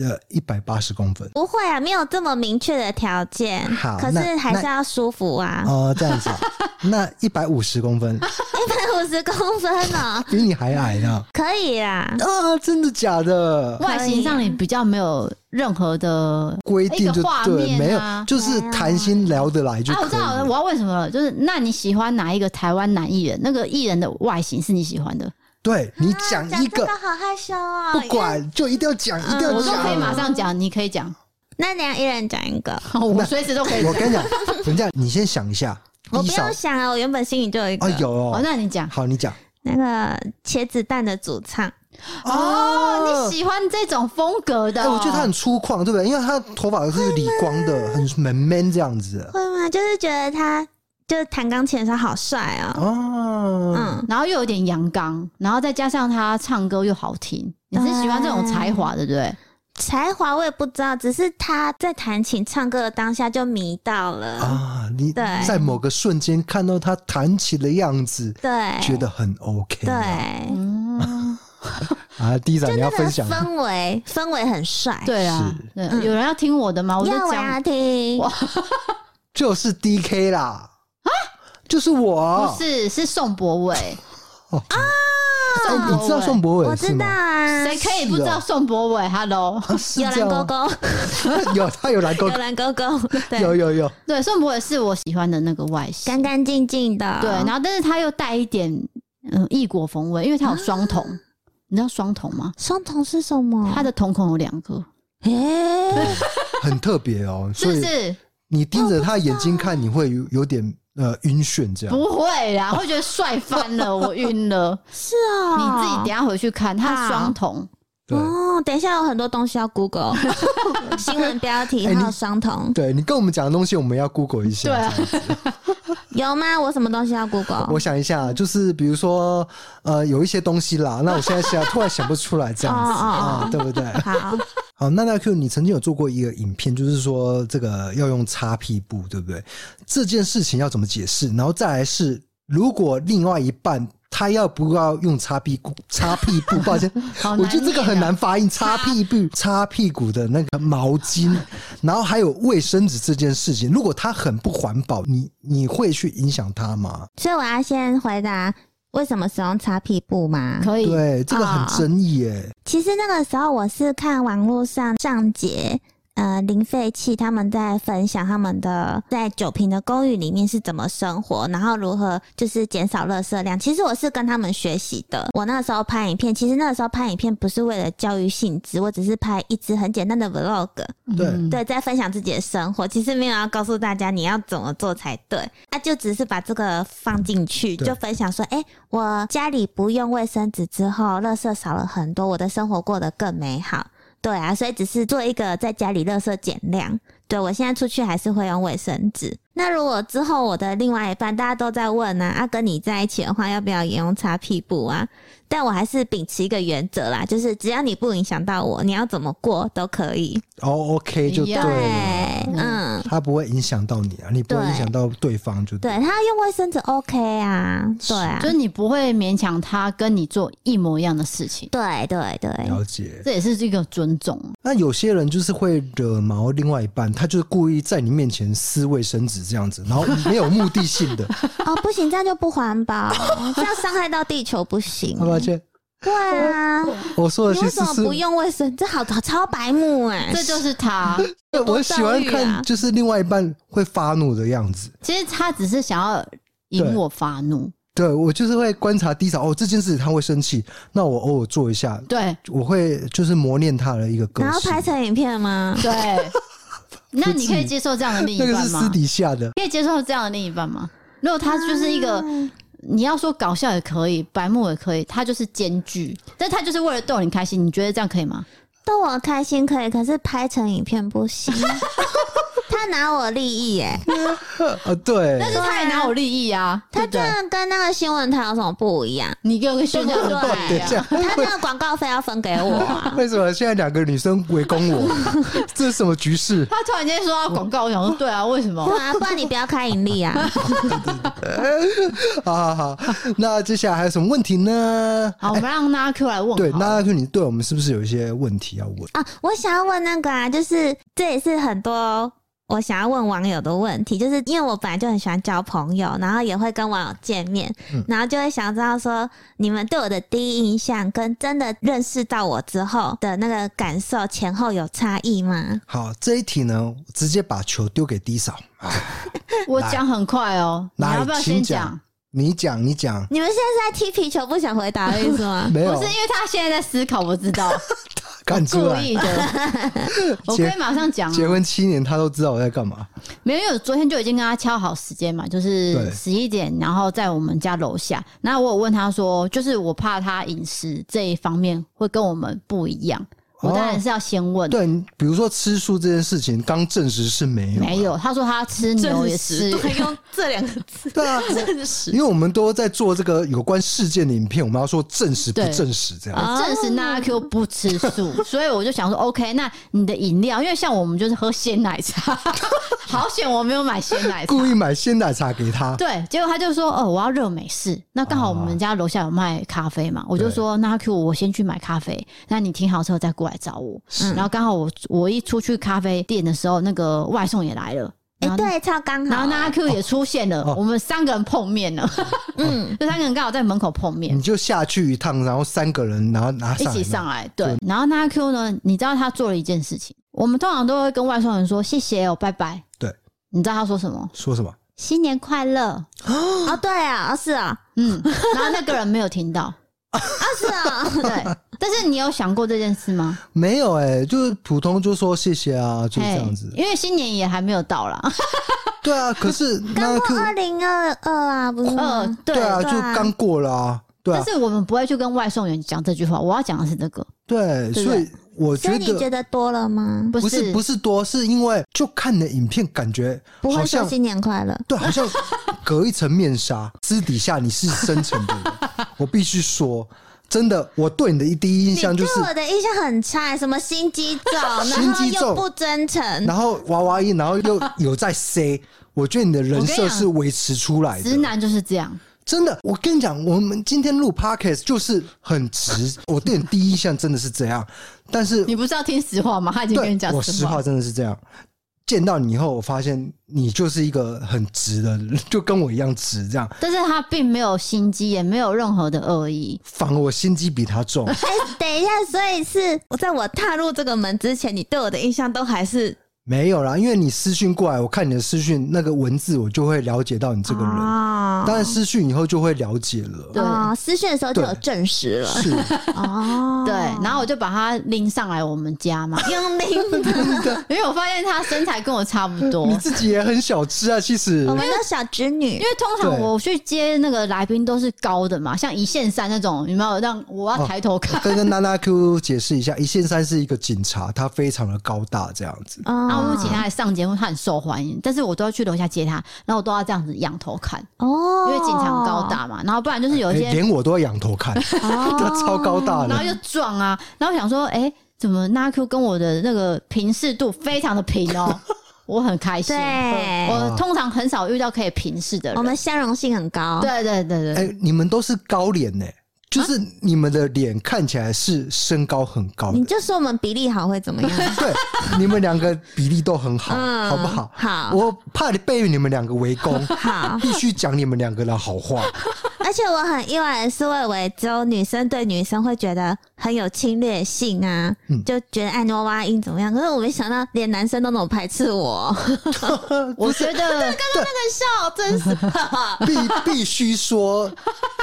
呃一百八十公分，
不会啊，没有这么明确的条件。
好
可
那
是还是要舒服啊。
哦、这样子 啊，那一百五十公分
一百五十公分哦，
比你还矮呢。
可以啦。
嗯
啊，真的假的？
啊
外形上你比较没有任何的
规定
一
就
个画
对，
面
没
啊
有，就是谈心聊得来就
啊，
可
我
以
知道了，
了。
我要问什么了，就是那你喜欢哪一个台湾男艺人？那个艺人的外形是你喜欢的，
对
嗯
你
啊
讲
讲
一
这
个，
好害羞哦。
不管就一定要讲，一定要
嗯我都
讲。
可以 马上讲，你可以讲，
那你要一人讲一个，
我随时都可以
我
讲。
跟你讲，人家你先想一下，
我
一
不
少
用想啊，我原本心里就有一个。
啊有
哦，
哦，
那你讲
好你讲
那个茄子蛋的主唱，
哦，你喜欢这种风格的
哎，
哦？
我觉得
嗯
他很粗犷，对不对？因为他头发是理光的，很很 man 这样子
会吗？就是觉得他就是弹钢琴的时候好帅哦。
哦。
嗯，
然后又有点阳刚，然后再加上他唱歌又好听，你是喜欢这种才华的，对不对？
才华我也不知道，只是他在弹琴唱歌的当下就迷到了。
啊，你
嗯对
在某个瞬间看到他弹琴的样子，
对，
觉得很 OK
对，
啊。
嗯，
啊，第一
就
展你
那
要
个
分享
氛围，氛围很帅。，
对啊，对，有人要啊听我的吗？我就
要我要
讲，
听。
就是 DK 啦啊，就是我
不是是宋博伟，啊
哎
宋
你知道宋博
啊我
伟是
知道
吗？
啊，
谁可以不知
是哦
道宋博伟？Hello，
是
有
这
蓝
啊
样
勾
吗？
勾，
有他有蓝勾
有
勾，
蓝勾 勾，
有
对，
有有，
对，宋博伟是我喜欢的那个外形
干，干净净的。
对，
啊
然后但是他又带一点嗯异国风味，因为他有双瞳，
啊
你知道双瞳吗？
双瞳是什
哦
么？
他的瞳孔有两个，
诶，
很特别 哦。
是
所
不
以
是？
你盯着他眼睛看，你会有有点呃晕眩
哦
这样。
不会啦，会觉得帅翻了，我晕了。
是
啊
哦，
你自己等一下回去看，他双瞳。
对，
哦，等一下有很多东西要 Google，新闻标题
哎
还有
你
双瞳、
对你跟我们讲的东西，我们要 Google 一下。
对啊
这样子
有吗？我什么东西要 Google？
哎我想一下，就是比如说呃有一些东西 啦，那我现在想突然想不出来这样子
哦哦
啊，对不对？
好，
好，娜娜 Q，你曾经有做过一个影片，就是说这个要用擦屁布，对不对？这件事情要怎么解释？然后再来是如果另外一半他要不要用擦屁股、 擦屁股？抱 歉，
好
我觉得这个很难啊发音，擦屁 股、擦屁股的那个毛巾，然后还有卫生纸这件事情，如果他很不环保，你你会去影响他吗？
所以我要先回答为什么使用擦屁股吗？
可以，
对，这个
啊
很争议耶、
其实那个时候我是看网络上上节。呃，零废弃他们在分享他们的在酒瓶的公寓里面是怎么生活，然后如何就是减少垃圾量。其实我是跟他们学习的。我那时候拍影片，其实那时候拍影片不是为了教育性质，我只是拍一支很简单的 vlog，
对
嗯
对，在分享自己的生活，其实没有要告诉大家你要怎么做才对，啊，就只是把这个放进去，
对
就分享说，哎、我家里不用卫生纸之后，垃圾少了很多，我的生活过得更美好。对啊，所以只是做一个在家里垃圾减量。对我现在出去还是会用卫生纸。那如果之后我的另外一半，大家都在问呢、啊，啊，跟你在一起的话，要不要也用擦屁股啊？但我还是秉持一个原则啦，就是只要你不影响到我，你要怎么过都可以。
哦、o k 就对
一样
了，
对，嗯，
他不会影响到你啊，你不会
对
影响到对方就
对，他用卫生纸 OK 啊，对啊
就，是你不会勉强他跟你做一模一样的事情，
对对对，
了解。
这也是一个尊重。
那有些人就是会惹毛另外一半，他就是故意在你面前撕卫生纸这样子，然后没有目的性 的。
哦，不行，这样就不 环保，这样伤害到地球不行。
抱歉，
对啊，
我说的
你
其
为
实
什么
是
不，用卫生？这好超白目哎、
这就是他，
我喜欢
多教育啊
看就是另外一半会发怒的样子。
其实他只是想要引
对
我发怒，
对我就是会观察低潮哦，这件事他会生气，那我偶尔做一下，
对
我会就是磨练他的一个个性。
然后拍成影片吗？
对。那你可
不至
以
于
接受这样的另一
那个
半
是
吗？
私底下的，
可以接受这样的另一半吗？如果他就是一个，
啊
你要说搞笑也可以，白目也可以，他就是兼具，但他就是为了逗你开心，你觉得这样可以吗？
逗我开心可以，可是拍成影片 不行。他拿我利益哎、
啊
呃，对，
但是他也拿我利益啊，对
他
不
这
对？
样跟那个新闻台有什么不一样？
你给我个宣教
对不
对
等
对
一下
啊，
他那个广告费要分给我啊。
为什么现在两个女生围 攻我？这是什么局势？
他突然间说要广告，我想说对啊，为什么？
对啊，不然你不要开盈利啊。
好好好，那接下来还有什么问题呢？
好，我们让那 Q 来问好了。
对，那就你对我们是不是有一些问题要问？
啊，我想要问那个啊，就是这也是很多我想要问网友的问题，就是因为我本来就很喜欢交朋友，然后也会跟网友见面，
嗯
然后就会想知道说你们对我的第一印象跟真的认识到我之后的那个感受前后有差异吗？
好，这一题呢，直接把球丢给 D 嫂啊，
我讲很快哦，你
来
要不要
请
先
讲
讲？
你讲，你讲，？
你们现在是在踢皮球不想回答的意思吗
没
嗯不
有
是，因为他现在在思考，我知道，
看 出
故
来，
意的。 我可以马上讲啊，
结婚七年他都知道我在干嘛，
没有，因为我昨天就已经跟他敲好时间嘛，就
对
是十一点，然后在我们家楼下。那我有问他说，就是我怕他饮食这一方面会跟我们不一样，我当然是要先问。
哦对，你比如说吃素这件事情，刚证实是没有，
没，有，他说他吃牛也是，
用这两个字，
对啊，
真实
因为我们都在做这个有关事件的影片，我们要说证实不
对
证实这样。
啊
证实那阿 Q 不吃素，所以我就想说，OK，那你的饮料，因为像我们就是喝鲜奶茶， 好险我没有买鲜奶茶
故。意买鲜奶茶给 他，
对，结果他就说：“哦，我要热美式。”那刚好我们家楼下有卖咖啡嘛，我就说：“那阿 Q，我先去买咖啡，那你停好车再过来找我。”
嗯
然后刚好我我一出去咖啡店的时候，那个外送也来了，
哎、
然后
对，超
嗯
刚
然
好
后那
欸。
阿 Q 也出现了，
哦
我们三个人碰面 了，
嗯，
这三个人刚好在门口碰面
你。就下去一趟，然后三个人，然后拿
一
嗯上来嗯
起上来，对。然后那阿 Q 呢？你知道他做了一件事情，我们通常都会跟外送人说谢谢哦，拜拜。
对，
你知道他说什么？
说什么？
新年快乐。
哦，对啊，哦是啊，
嗯，然后那个人没有听到，
哦是啊，
对，但是你有想过这件事吗？
没有哎、就是普通就说谢谢啊， 就是这样子
嘿。因为新年也还没有到啦。
对啊，可是那
刚
个
过 二零二二啊，不 是吗？
嗯，对
对啊，
对
就
啊
刚过了啊，对啊
但，是我们不会去跟外送员讲这句话。我要讲的是这个，
对，
对
所以我
所以
觉
你觉
得
得多了吗？
不
不
是
是不是多，是因为就看你的影片，感觉
不
好
会说
像
新年快乐，
对，好像隔一层面纱，私底下你是深沉的人，我必须说，真的，我对你的第一印
你
象就是，
对我的印象很差，什么心机重，然
心
后
机重
又不真
嗯
诚，
然后娃 娃音，然后又有在 C，我觉得你的人
我跟
设
你讲
是维持出来
直
的，
男就是这样。
真的，我跟你讲，我们今天录 podcast 就是很直，我对你第一印象真的是这样，但是
你不是要听实话吗？他已经
对
跟你讲
我
实
实
话
话，真的是这样。见到你以后，我发现你就是一个很直的， 人，就跟我一样直，这样。
但是他并没有心机，也没有任何的恶意。
反而我心机比他 重，
哎、等一下，所以是我在我踏入这个门之前，你对我的印象都还是
没有啦，因为你私讯过来，我看你的私讯那个文字，我就会了解到你这个人。
啊
哦
当然私讯以后就会了解了，
对
哦私讯的时候就有证实了
是
哦。
对，然后我就把他拎上来我们家 嘛，
用力，
真的。
因为我发现他身材跟我差不多。
你自己也很小吃 啊，其实
我们的小 侄女
因为通常
对
我去接那个来宾都是高的嘛，像一线三那种，有没有让我
哦
要抬头看？
跟跟娜娜 Q 解释一下，一线三是一个警察，他非常的高大这样子。
啊
然后我们请他来上节目，他很受欢迎，但是我都要去楼下接他，然后我都要这样子仰头看，
哦
因为警察很高，大嘛，然后不然就是有一
诶
些，
哎连我都哦要仰头看， 他超高大
然后
的，
就撞啊，然后想说，哎、怎么那 Q 跟我的那个平视度非常的平 哦，我很开心。
对
我通常很少遇到可以平视的人。
我们相容性很高。
对对对对，
哎、你们都是高脸呢、就是你们的脸看起来是身高很高
你
的，
就说我们比例好会怎么样？
对，你们两个比例都很好，
嗯
好不好？
好
我怕你被你们两个围攻，
好，
必须讲你们两个的好话。
而且我很意外的是，我以为只有女生对女生会觉得很有侵略性啊，就觉得爱诺蛙音怎么样？可是我没想到，连男生都那么排斥我。
我觉得
笑，真是
必 必须说，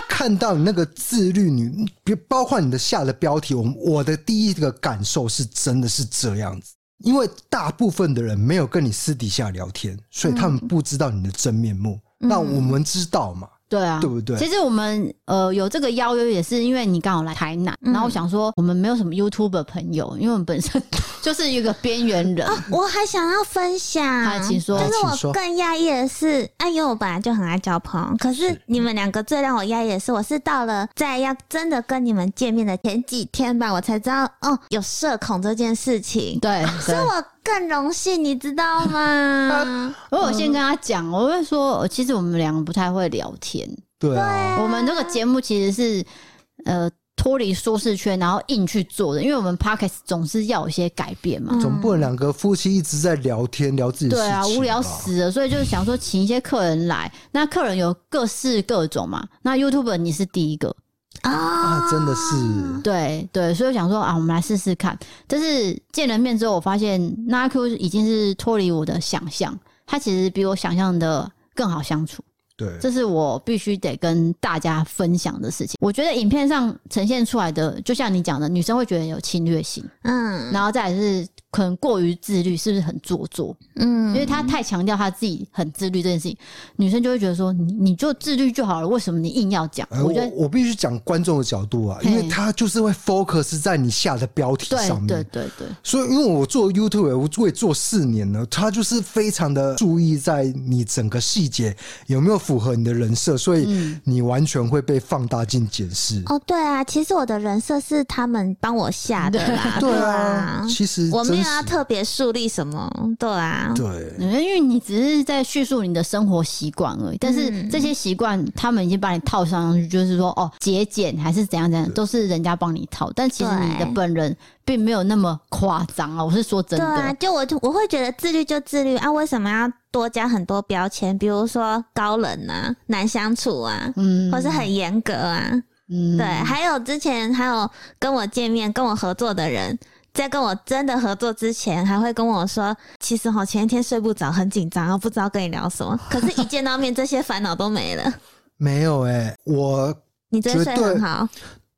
看到你那个自律女，比包括你的下的标题，我我的第一个感受是真的是这样子，因为大部分的人没有跟你私底下聊天，所以他们不知道你的真面目。
嗯
那我们知道嘛？
对啊，
对不对
其实我们呃有这个邀约也是因为你刚好来台南，
嗯
然后我想说我们没有什么 YouTuber 朋友，因为我们本身 就是一个边缘人。
我还想要分享，
好请说
但
好请
哦啊是
说
我更讶异的是，哎，因为我本来就很爱交朋友，可是你们两个最让我讶异的是，我是到了在要真的跟你们见面的前几天吧，我才知道哦，有社恐这件事情。
对，
所
对
以我更荣幸，你知道吗？
我有先跟他讲，我会说，呃其实我们两个不太会聊天。
对啊，
我们这个节目其实是呃脱离舒适圈，然后硬去做的，因为我们 Podcast 总是要有一些改变嘛。
总不能两个夫妻一直在聊天，聊自己的
啊对啊，
事情
无聊
吧
死了，所以就是想说请一些客人来，那客人有各式各种嘛。那 YouTuber 你是第一个，
嗯
啊！真的是，
对对，所以我想说啊，我们来试试看。但是见了面之后，我发现 n a Q 已经是脱离我的想象，他其实比我想象的更好相处，
对，
这是我必须得跟大家分享的事情。我觉得影片上呈现出来的，就像你讲的，女生会觉得有侵略性，
嗯
然后再来是可能过于自律，是不是很做作？因为
嗯，
他太强调他自己很自律这件事情，女生就会觉得说你你就自律就好了，为什么你硬要讲？
哎，
我
我
觉得
我必须讲观众的角度啊，
嘿
因为他就是会 focus 在你下的标题
对
上面，
对对对。
所以，因为我做 YouTube，我我也做四年了，他就是非常的注意在你整个细节有没有符合你的人设，所以你完全会被放大镜检视。
嗯哦，对啊，其实我的人设是他们帮我下的啦，
对啊
啊，，
其实
我没
真
有要
实
特别树立什么，对啊，
对，
因为你只是在叙述你的生活习惯而已，但是
嗯
这些习惯他们已经把你套上去，就是说哦节俭还是怎样怎样，都是人家帮你套，但其实
对
你的本人并没有那么夸张啊，我是说真
对啊，
的，
就我就我会觉得自律就自律啊，为什么要多加很多标签？比如说高冷啊、难相处啊，
嗯，
或是很严格啊。
嗯
对，还有之前还有跟我见面、跟我合作的人，在跟我真的合作之前，还会跟我说，其实哈前一天睡不着，很紧张，不知道跟你 聊什么。可是，一见到面，这些烦恼都没了。
没有哎、我
你真的睡
绝对
很好，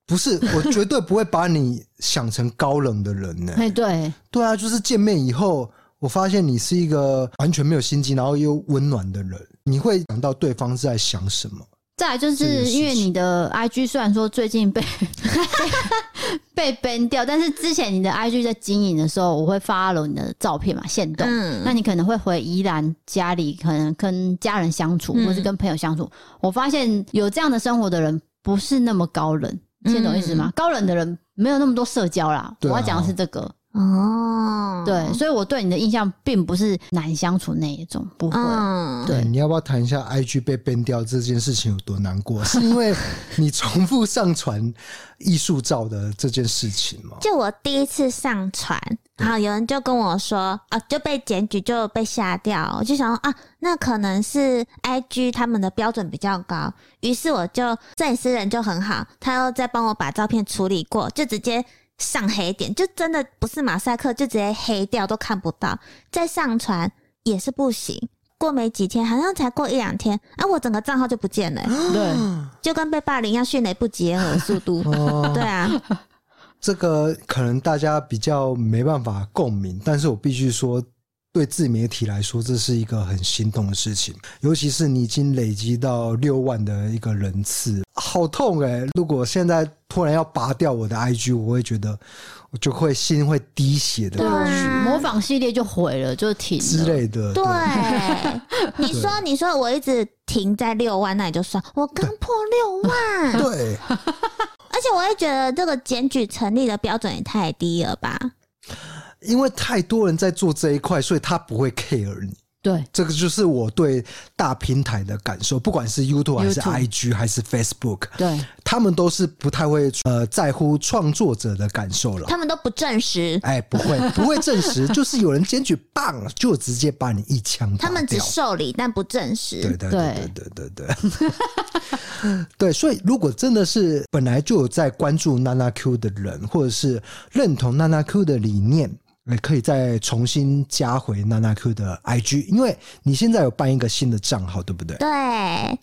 不是，我绝对不会把你想成高冷的人呢、
哎对，
对啊，就是见面以后，我发现你是一个完全没有心机，然后又温暖的人，你会想到对方是在想什么。
再来就
这件
是
事
因为
情
你的 IG 虽然说最近被 被 被 ban 掉，但是之前你的 IG 在经营的时候，我会发了你的照片嘛，现动。
嗯，
那你可能会回宜兰家里，可能跟家人相处，
嗯
或是跟朋友相处。我发现有这样的生活的人不
嗯
是那么高冷，听懂意思吗？高冷的人没有那么多社交啦。
对啊
我要讲的是这个，
哦，
对，所以我对你的印象并不是难相处那一种，不会。
嗯，
对
哎你要不要谈一下 IG 被 ban 掉这件事情有多难过？是因为你重复上传艺术照的这件事情吗？
就我第一次上传，然后有人就跟我说，啊，就被检举就被下掉，我就想说啊，那可能是 I G 他们的标准比较高，于是我就摄影师人就很好，他又再帮我把照片处理过，就直接上黑点，就真的不是马赛克，就直接黑掉都看不到，再上传也是不行。过没几天，好像才过一两天，啊，我整个账号就不见了、
对，
嗯就跟被霸凌一样，迅雷不及掩耳的速度。对啊，
这个可能大家比较没办法共鸣，但是我必须说，对自媒体来说，这是一个很心痛的事情，尤其是你已经累积到六万的一个人次，好痛哎、如果现在突然要拔掉我的 IG，我会觉得我就会心会滴血的
对
啊
模仿系列就毁了，就停了
之类的。
对，你说你说我一直停在六万，那也就算，我刚破 六万，
对，
而且我也觉得这个检举成立的标准也太低了吧？
因为太多人在做这一块，所以他不会 care 你。
对，
这个就是我对大平台的感受，不管是 YouTube 还是
YouTube
IG 还是 Facebook，
对，
他们都是不太会呃在乎创作者的感受了。
他们都不证实，
哎，不会，不会证 实，就是有人检举棒，就直接把你一枪打掉。
他们只受理但不证
对
实。
对对对对对 对。对，所以如果真的是本来就有在关注娜娜 Q 的人，或者是认同娜娜 Q 的理念，也可以再重新加回娜娜 Q 的 IG，因为你现在有办一个新的账号，对不对？
对，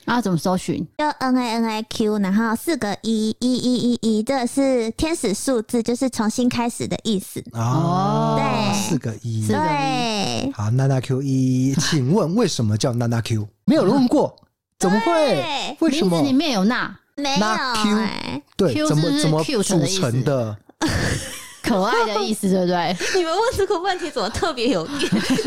啊，怎么搜寻？
就 N A N I Q，然后四个一一一一一，这是天使数字，就是重新开始的意思。
哦，
对
四个一
四。个
对，
好，娜娜 Q 一，请问为什么叫娜娜 Q？没有人问过，怎么会
对？
为什
名字
么
里？面有那
没有
那 Q
哎、
对，
Q
怎
是不
么
是
怎么
cute
组
的意思
成的？
可爱的意思，对不 对？
你们问这个问题怎么特别有意，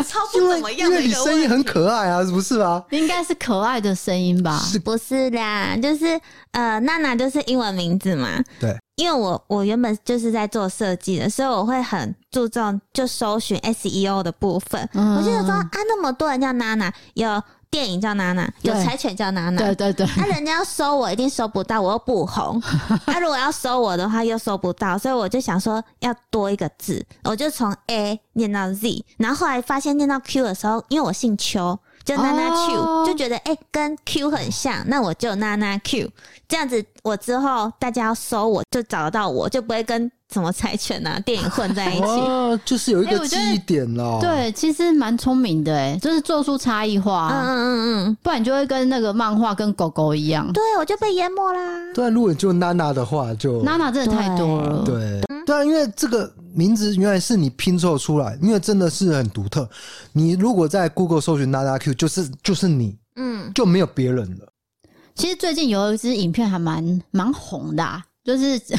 超
因为因为你声音很可爱啊，是不是啊？
应该是可爱的声音吧？
是
不是啦，就是呃，娜娜就是英文名字嘛。
对，
因为我我原本就是在做设计的，所以我会很注重就搜寻 SEO 的部分。
嗯
我就想说啊，那么多人叫娜娜，有电影叫娜娜，有
对
柴犬叫
啊
娜娜
对。对对，
那、啊人家要搜我，一定搜不到，我又不红。那、如果要搜我的话，又搜不到，所以我就想说要多一个字，我就从 A 念到 Z，然后后来发现念到 Q 的时候，因为我姓邱，就娜娜 Q，、
哦
就觉得哎、跟 Q 很像，那我就娜娜 Q，这样子我之后大家要搜我就找得到我，就不会跟什么柴犬啊电影混在一起。
哦，就是有一
哎
个
我觉
记
得
忆点了。
对，其实蛮聪明的，哎，就是做出差异化
嗯
啊，
嗯嗯嗯，
不然你就会跟那个漫画跟狗狗一样。
对我就被淹没啦。
对啊，如果你就娜娜的话，就
娜嗯娜真的太多了，
对对啊，因为这个名字原来是你拼凑出来，因为真的是很独特。你如果在 Google 搜寻娜娜 Q，就是就是你，
嗯，
就没有别人了。
其实最近有一支影片还蛮蛮红的、啊，就是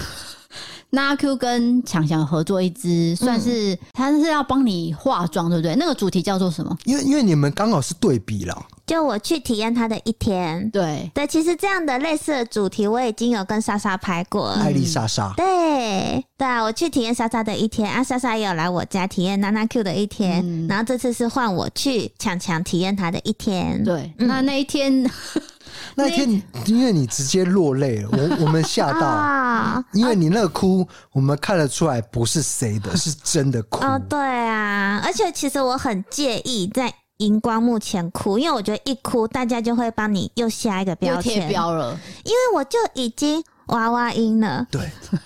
那 Q 跟强强合作一支，算
嗯
是他是要帮你化妆，对不对？那个主题叫做什么？
因为因为你们刚好是对比啦，
就我去体验他的一天。
对，
对，其实这样的类似的主题，我已经有跟莎莎拍过
嗯
了。
哎
艾丽莎莎，
对对啊，我去体验莎莎的一天啊，莎莎也有来我家体验娜娜 Q 的一天，
嗯
然后这次是换我去强强体验她的一天。
对，那那一天
那天你因为你直接落泪了，我我们吓 到，
啊，
因为你那个哭，我们看得出来不是谁的，是真的哭。
哦，对啊，而且其实我很介意在荧光幕前哭，因为我觉得一哭大家就会帮你又下一个标
又
签，
贴标了，
因为我就已经娃娃音了。
对，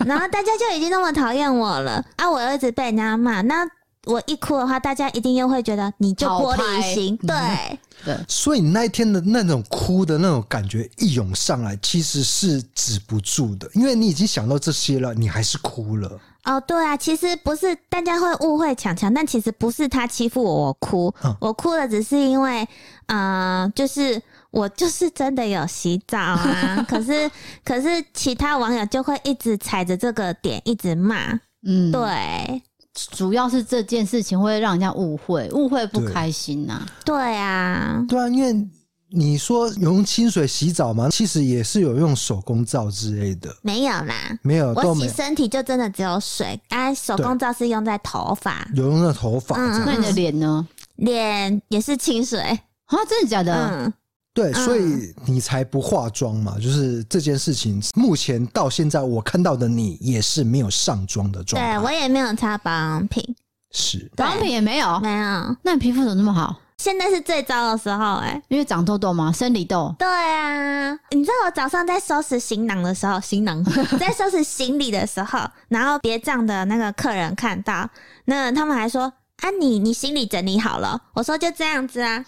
然后大家就已经那么讨厌我了啊！我又一直被人家骂，那我一哭的话，大家一定又会觉得你就玻璃心，对，
对，
所以你那一天的那种哭的那种感觉一涌上来，其实是止不住的，因为你已经想到这些了，你还是哭了。
哦，对啊，其实不是大家会误会强强，但其实不是他欺负我，我哭，
嗯
我哭了只是因为，嗯、就是。我就是真的有洗澡啊，可是可是其他网友就会一直踩着这个点一直骂，
嗯，
对
主要是这件事情会让人家误会，误会不
对
开心呐、
对啊，
对啊，因为你说有用清水洗澡吗？其实也是有用手工皂之类的，
没有啦，
没有哦都
我
没
洗
有，
身体就真的只有水，啊，手工皂是用在头发、
有用的头发
嗯
这样。
那你的脸呢？
脸也是清水，
啊，真的假的？
嗯，
对，
嗯
所以你才不化妆嘛。就是这件事情，目前到现在我看到的你也是没有上妆的状
对
态。
我也没有擦保养品，
是
保养品也没
哦
有，
没有，
那你皮肤怎么那么好？
现在是最糟的时候、哎。
因为长痘痘吗？生理痘？
对啊，你知道我早上在收拾行囊的时候，行 囊在收拾行李的时候，然后结账的那个客人看到，那他们还说：“啊你，你行李整理好了？”我说：“就这样子啊，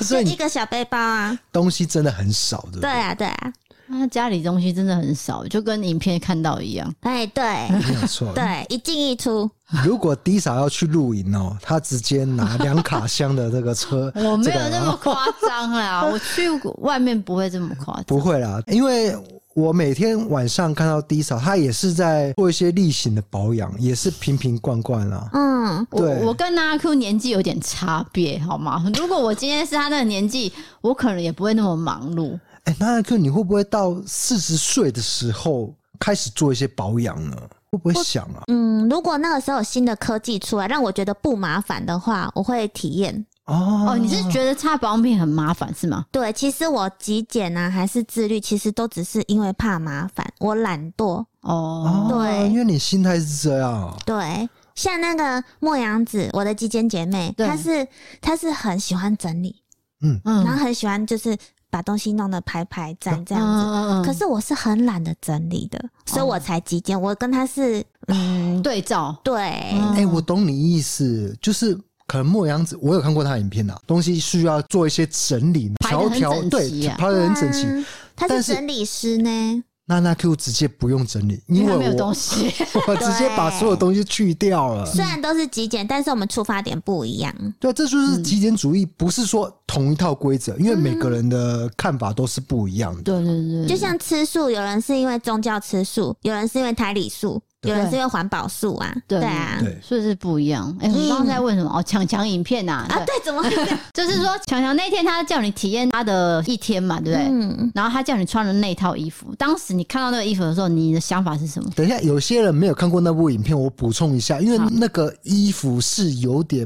所
就
以
一
你
个小背包啊。
东西真的很少，对不”
对啊，对啊，
他家里东西真的很少，就跟影片看到一样。，
哎， 对
没有错。
对，一进一出，
如果 Disa 要去露营哦，他直接拿两卡箱的这个 车
我没
这
有
个啊
那么夸张啦，我去外面不会这么夸张。
不会啦，因为我每天晚上看到 Disa，他也是在做一些例行的保养，也是瓶瓶罐罐啊。
嗯，
我
对
我跟阿 Q 年纪有点差别，好吗？如果我今天是他那个年纪，我可能也不会那么忙碌。
哎，那哥，你会不会到四十岁的时候开始做一些保养呢？会不会想啊？
嗯，如果那个时候有新的科技出来，让我觉得不麻烦的话，我会体验。
哦
哦，你是觉得擦保养品很麻烦是吗？
对，其实我极简啊，还是自律，其实都只是因为怕麻烦，我懒惰。
哦，
哦
对
因为你心态是这样。啊
对，像那个莫阳子，我的基间姐妹，
对
她是她是很喜欢整理，
嗯
然后很喜欢就是把东西弄得排排站
这
这样子。
子
可是我是很懒得整理的，所以我才极简。我跟她是，嗯，
对照，
对，
嗯
哎、我懂你意思，就是可能莫阳子，我有看过他的影片啊，东西需要做一些整理，
排得
条
很
条
整
对
齐，啊
排的很整齐。
嗯她
但
是
是
整理师呢。
那那 Q 直接不用整理，因
因为
为
他没有
我
东西。
我直接把所有东西去掉了。
虽然都是极简，但是我们出发点不一样。
对，这
嗯
就是极简主义，不是说同一套规则，因为每个人的看法都是不一样的。
对对对，
就像吃素，有人是因为宗教吃素，有人是因为胎里素，有人是因为环保素啊，
对
对啊，嗯
对，
所以是不一样。哎，我们刚刚在问什么？哦，强强影片呐，
啊，对，怎么会这样？
就是说，强强那天他叫你体验他的一天嘛，对不对？
嗯，
然后他叫你穿了那套衣服，当时你看到那个衣服的时候，你的想法是什么？
等一下，有些人没有看过那部影片，我补充一下，因为
好
那个衣服是有点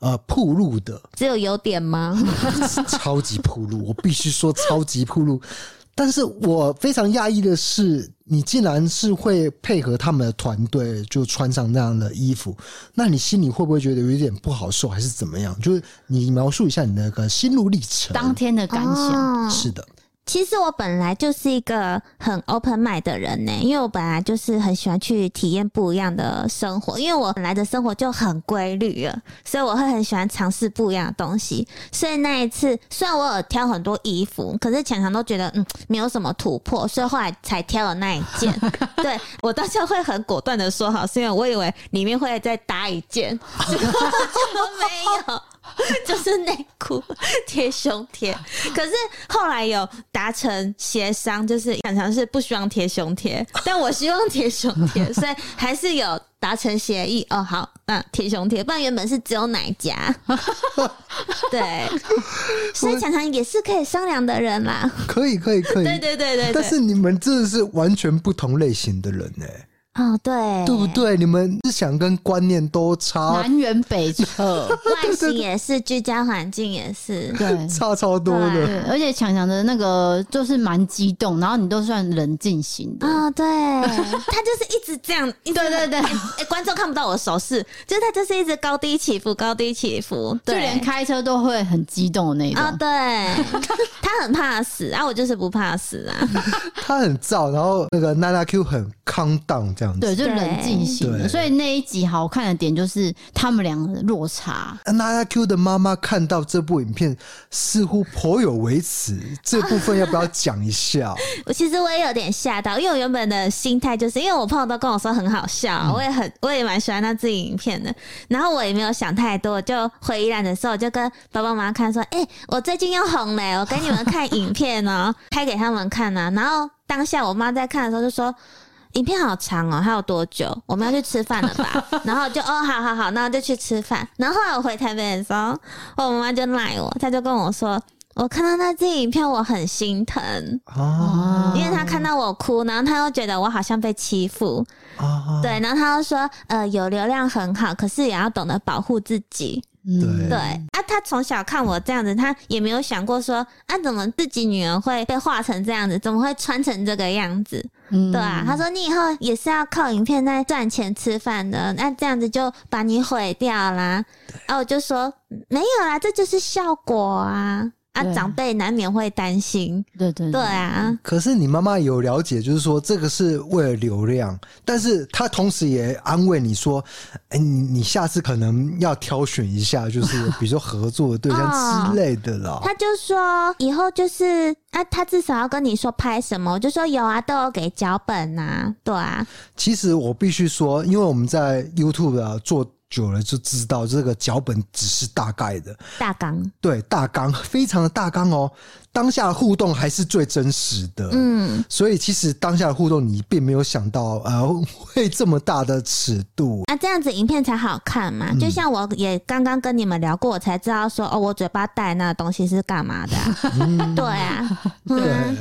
呃铺路的，
只有优点吗？
超级铺路，我必须说超级铺路。但是我非常讶异的是，你竟然是会配合他们的团队，就穿上那样的衣服，那你心里会不会觉得有一点不好受，还是怎么样？就是你描述一下你那个心路历程。
当天的感想，
哦
是的，
其实我本来就是一个很 open mind 的人呢、因为我本来就是很喜欢去体验不一样的生活，因为我本来的生活就很规律了，所以我会很喜欢尝试不一样的东西。所以那一次，虽然我有挑很多衣服，可是强强都觉得嗯没有什么突破，所以后来才挑了那一件。对我当下会很果断的说好，是因为我以为里面会再搭一件，结果没有。就是内裤贴胸贴，可是后来有达成协商，就是常常是不希望贴胸贴，但我希望贴胸贴，所以还是有达成协议。哦，好，那贴胸贴，不然原本是只有奶夹， 对，所以常常也是可以商量的人啦。
可以，可以，可以。
对对对对
但
对，
是你们真的是完全不同类型的人呢、
哦对，
对不？对？你们思想跟观念都
哦
差
南辕北辙。
哦
外形也是，居家环境也是，
对
差超多的。
对，而且强强的那个就是蛮激动，然后你都算冷静型的。
哦，对， 他就是一直这样，一直
对对对
哎、哎观众看不到我手势，就是他就是一直高低起伏，高低起伏，
就
对
连开车都会很激动的那
啊、
种，
对， 他很怕死啊，我就是不怕死啊，
他很燥，然后那个娜娜 Q 很 calm down 这样
对，
子。
就冷静型的。
对
所以那一集好看的点就是他们两个的落差，
娜娜 Q 的妈妈看到这部影片，似乎颇有微词，这部分要不要讲一下？
我其实我也有点吓到，因为我原本的心态就是，因为我朋友都跟我说很好笑，我也很我也蛮喜欢那支影片的，然后我也没有想太多，我就回宜兰的时候，我就跟爸爸妈妈看说，哎、我最近又红嘞，我给你们看影片哦、拍给他们看啊，然后当下我妈在看的时候就说。影片好长哦，还有多久？我们要去吃饭了吧？ 然后就哦，好好好，那我就去吃饭。然后后来我回台北的时候，我妈妈就赖我，她就跟我说，我看到那支影片我很心疼，
啊
哦
嗯因为她看到我哭，然后她又觉得我好像被欺负，
哦
啊，
对，然后她又说，呃，有流量很好，可是也要懂得保护自己。
嗯
对
对啊，她从小看我这样子，她也没有想过说啊，怎么自己女儿会被画成这样子，怎么会穿成这个样子？
嗯
对啊，他说你以后也是要靠影片在赚钱吃饭的，那这样子就把你毁掉啦。啊，我就说没有啦，这就是效果啊。啊
对，啊嗯
长辈难免会担心，
对对
对啊，
可是你妈妈有了解，就是说这个是为了流量，但是她同时也安慰你说，哎、你你下次可能要挑选一下，就是比如说合作的对象之类的啦。
他就说以后就是啊，他至少要跟你说拍什么，我就说有啊，都有给脚本啊，对啊，
其实我必须说，因为我们在 YouTube 啊做久了就知道，这个脚本只是大概的，
大纲，
对大纲非常的大纲哦，当下的互动还是最真实的。
嗯，
所以其实当下的互动，你并没有想到，呃，会这么大的尺度。
啊，这样子影片才好
嗯
看嘛。就像我也刚刚跟你们聊过，我才知道说哦，我嘴巴带那东西是干嘛 的啊、对啊， 嗯，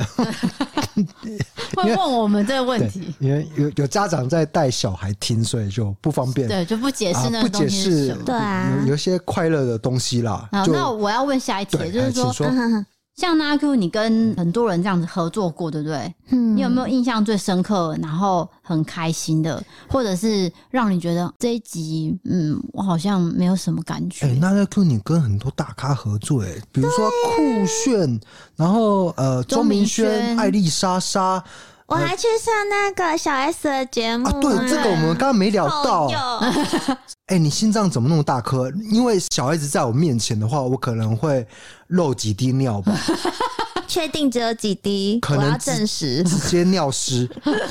会问我们这个问
对
题，，
因为有有家长在带小孩听，所以就不方便
对，就不解
啊
释那
不
个东
解
西是
释
什么。
对啊
有有一些快乐的东西啦
好，。
就
那我要问下一题，
对，
就
哎
是说嗯
请，说
像那阿 Q，你跟很多人这样子合作过，对不对？
嗯
你有没有印象最深刻，然后很开心的，或者是让你觉得这一集，嗯，我好像没有什么感觉？
哎、那那 Q 你跟很多大咖合作哎、比如说酷炫，然后呃
钟
钟明
明
轩、
轩
艾丽莎莎
我还去上那个小 S 的节目、
啊，对这个我们刚刚没聊到。
哦
哎、你心脏怎么那么大颗？因为小孩子在我面前的话，我可能会漏几滴尿吧，
有确定只有几滴，
可
我
能
要
只
证实。
直接尿湿。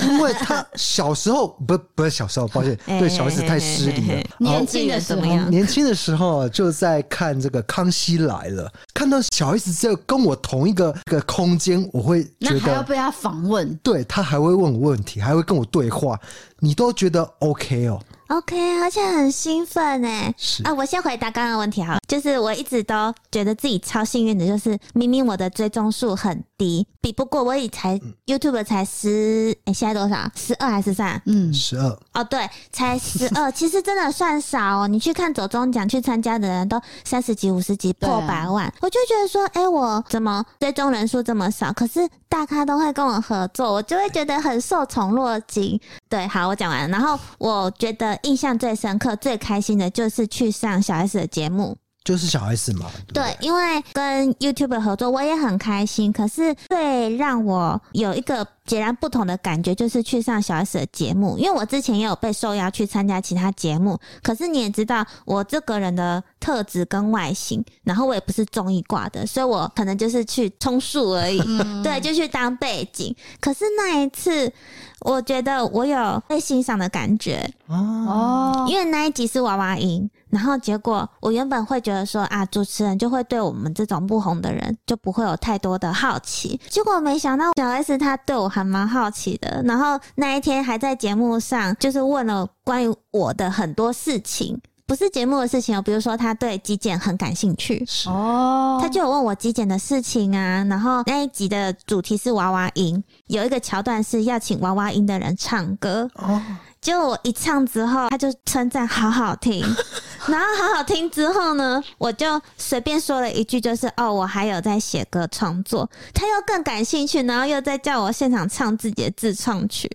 因为他小时候不不是小时候，抱歉，对小孩子太失礼了。
年轻的时候
怎么样
年轻的时候啊，就在看这个《康熙来了》，看到小孩子在跟我同一个一个空间，我会觉
那还要
得，
被他访问，
对他还会问我问题，还会跟我对话，你都觉得 OK 哦？
OK，而且很兴奋哎。
是
啊，我先回答刚刚的问题哈，就是我一直都觉得自己超幸运的，就是明明我的追踪数很低，比不过我也才 YouTube 才十，哎、现在多少？十二还是三？
嗯，
十二，
哦，对，才十 二，其实真的算少哦。你去看走中奖去参加的人都三十几、五十几、
对啊
破百万，我就觉得说，哎、我怎么追踪人数这么少？可是大咖都会跟我合作，我就会觉得很受宠若惊。对，好，我讲完了。然后我觉得印象最深刻、最开心的就是去上小 S 的节目。
就是小 S 嘛。对不对
对，因为跟 YouTube 合作，我也很开心。可是最让我有一个截然不同的感觉，就是去上小 S 的节目，因为我之前也有被受邀去参加其他节目。可是你也知道，我这个人的特质跟外形，然后我也不是综艺挂的，所以我可能就是去充数而已。 对，就去当背景。可是那一次，我觉得我有被欣赏的感觉。嗯
啊，
哦，
因为那一集是娃娃音，然后结果我原本会觉得说啊，主持人就会对我们这种不红的人就不会有太多的好奇，结果没想到小 S 她对我还蛮好奇的，然后那一天还在节目上就是问了关于我的很多事情，不是节目的事情哦，比如说她对极简很感兴趣。
是
哦，
他就有问我极简的事情啊，然后那一集的主题是娃娃音，有一个桥段是要请娃娃音的人唱歌，
哦，
结果我一唱之后，他就称赞好 好听，然后好好听之后呢，我就随便说了一句，就是哦，我还有在写歌创作，他又更感兴趣，然后又在叫我现场唱自己的自创曲，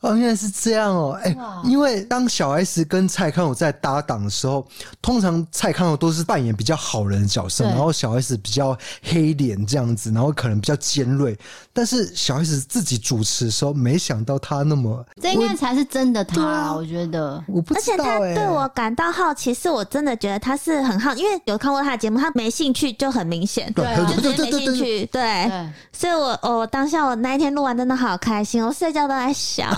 哦，原来是这样哦，哎、因为当小 S 跟蔡康永在搭档的时候，通常蔡康永都是扮演比较好人的角色，
对
然后小 S 比较黑脸这样子，然后可能比较尖锐，但是小 S 自己主持的时候，没想到他那么，
这应该才是真的他
啊
啦，我觉得。
我不
而
知
且
道
他
哎、
对我感到好奇，是我真的觉得他是很好，因为有看过他的节目，他没兴趣就很明显。
对
对啊
就
对
直
对
接没
对
兴
对，
趣，
对，
对，
哎
所以我我当下我那一天录完真的好开心，我睡觉都在想，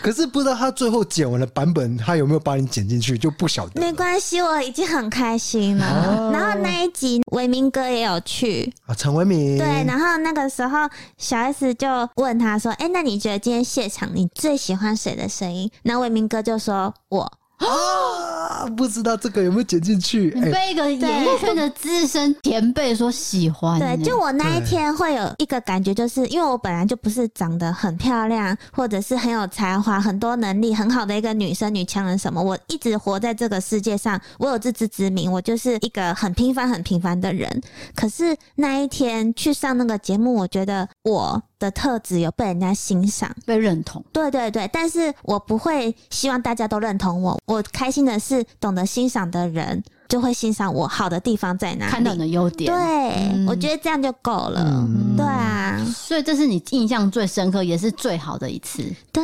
可是不知道他最后剪完的版本，他有没有把你剪进去就不晓得
没关系，我已经很开心了。然后那一集维明哥也有去，
啊。陈伟明
对，然后那个时候小 S 就问他说：“哎、那你觉得今天现场你最喜欢谁的声音？”然后维明哥就说：“我。
啊，不知道这个有没有剪进去？
你
哎、
被一个演艺圈的资深前辈说喜欢呢、
对，就我那一天会有一个感觉，就是因为我本来就不是长得很漂亮，或者是很有才华、很多能力、很好的一个女生、女强人什么。我一直活在这个世界上，我有自知之明，我就是一个很平凡、很平凡的人。可是那一天去上那个节目，我觉得我的特质有被人家欣赏。
被认同。
对对对，但是我不会希望大家都认同我。我开心的是，懂得欣赏的人就会欣赏我好的地方在哪里。
看到你的优点，
对，
嗯
我觉得这样就够了。
嗯
对啊，
所以这是你印象最深刻，也是最好的一次。
对。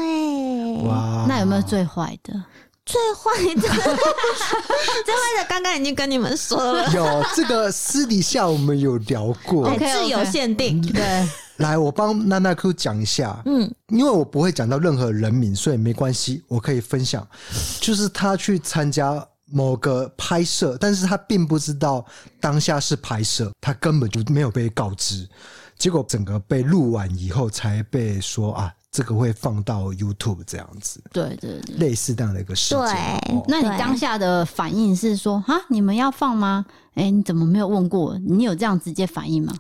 哇
那有没有最坏的？
最坏的，最坏的，刚刚已经跟你们 说了。
有这个私底下我们有聊过
OK，OK
自由限定。
对，
来，我帮娜娜 Q 讲一下，
嗯，
因为我不会讲到任何人名，所以没关系，我可以分享，就是他去参加某个拍摄，但是他并不知道当下是拍摄，他根本就没有被告知，结果整个被录完以后才被说啊，这个会放到 YouTube 这样子，
对对对。
类似这样的一个事件。
对
哦
那你
对
当下的反应是说啊，你们要放吗？哎、你怎么没有问过我？你有这样直接反应吗？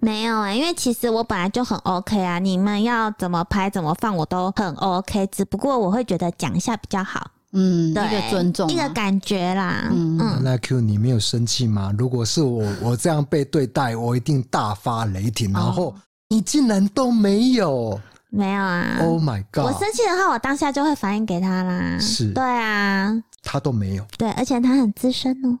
没有哎、因为其实我本来就很 OK 啊，你们要怎么拍怎么放我都很 OK，只不过我会觉得讲一下比较好，
嗯，一
对，
个尊重啊、
一个感觉啦。
嗯
嗯
那 Q，你没有生气吗？如果是我，我这样被对待，我一定大发雷
哦
霆。然后你竟然都没有、
没有啊。
o h Oh my
我
God！
生气的话，我当下就会反应给他啦。
是
对啊，
他都没有，
对，而且他很资深哦。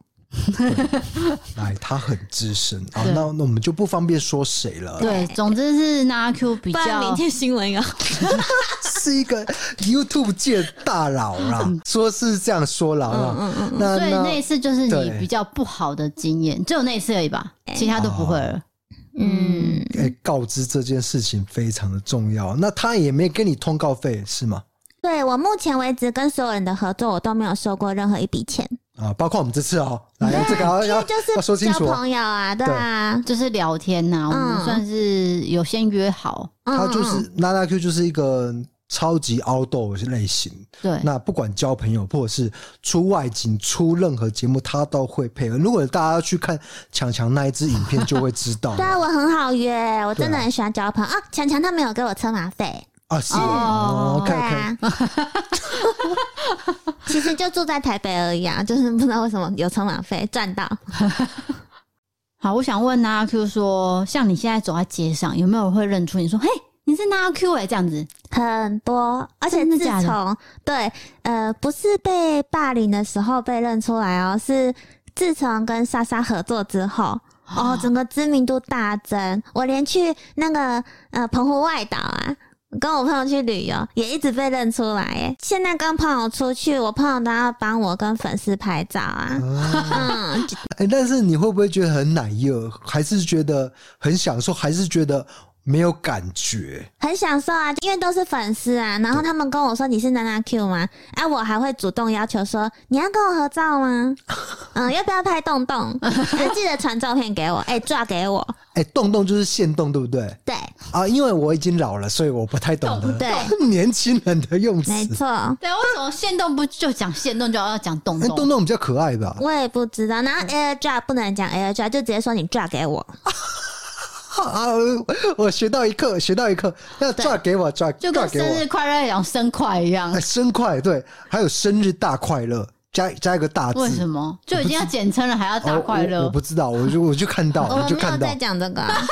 来，他很资深啊。
对
那那我们就不方便说谁
嗯
了。
对，总之是那 Q 比
不然明
较，
天新闻要
是一个 YouTube 界大佬啦，说是这样说啦。
嗯
嗯那
所以那一
那
次就是你
对
比较不好的经验，只有那一次而已吧，其他都不会了。
嗯，
哎、告知这件事情非常的重要。那他也没给你通告费是吗？
对我目前为止跟所有人的合作，我都没有收过任何一笔钱，
啊，包括我们这次哦，来这个要
因为
要要
就
说
是
清
交
楚哦。
朋友啊，对啊，
就是聊天呐、我们
嗯
算是有先约好，
嗯
他就是拉拉 Q 就是一个超级 outdoor 类型，
对，
那不管交朋友或者是出外景、出任何节目，他都会配合。如果大家去看强强那一支影片，就会知道
对啊，我很好约，我
对啊
真的很喜欢交朋友啊。强强他没有给我车马费，
啊，是
哦
哦，
对
看看
啊，其实就住在台北而已啊，就是不知道为什么有车马费赚到。
好，我想问那 Q 说，像你现在走在街上，有没有人会认出你说，嘿，你是那 Q 哎、这样子？
很多，而且
真的
自
假的
从对呃，不是被霸凌的时候被认出来哦，是自从跟莎莎合作之后，哦，整个知名度大增。我连去那个呃澎湖外岛啊，跟我朋友去旅游，也一直被认出来。哎，现在跟朋友出去，我朋友都要帮我跟粉丝拍照啊。嗯，
哎、但是你会不会觉得很奶油，还是觉得很享受，还是觉得没有感觉？
很享受啊，因为都是粉丝啊。然后他们跟我说你是娜娜 Q 吗？啊，我还会主动要求说你要跟我合 照吗？嗯，要不要拍洞洞？啊记得传照片给我，哎、抓给我。
哎、动动就是现动，对不对？
对，
啊，因为我已经老了，所以我不太懂得
哦对，
年轻人的用词。
没错，
对，为什么限动不就讲限动，就要讲动
哎、动
动？
动比较可爱吧？
我也不知道。然
嗯
后 air drop 不能讲 air drop，就直接说你抓给我。
啊！我学到一课，学到一课，要抓给我抓，
就
抓
跟
给
生日
我。
快乐讲生快一样
哎，，生快对，还有生日大快乐，加加一个大字。
为什么就已经要简称了，还要
哦？
大快
我
乐？
我不知道，我就我就看到，
我
我
们
哦就
没有
看到
在，讲这个啊、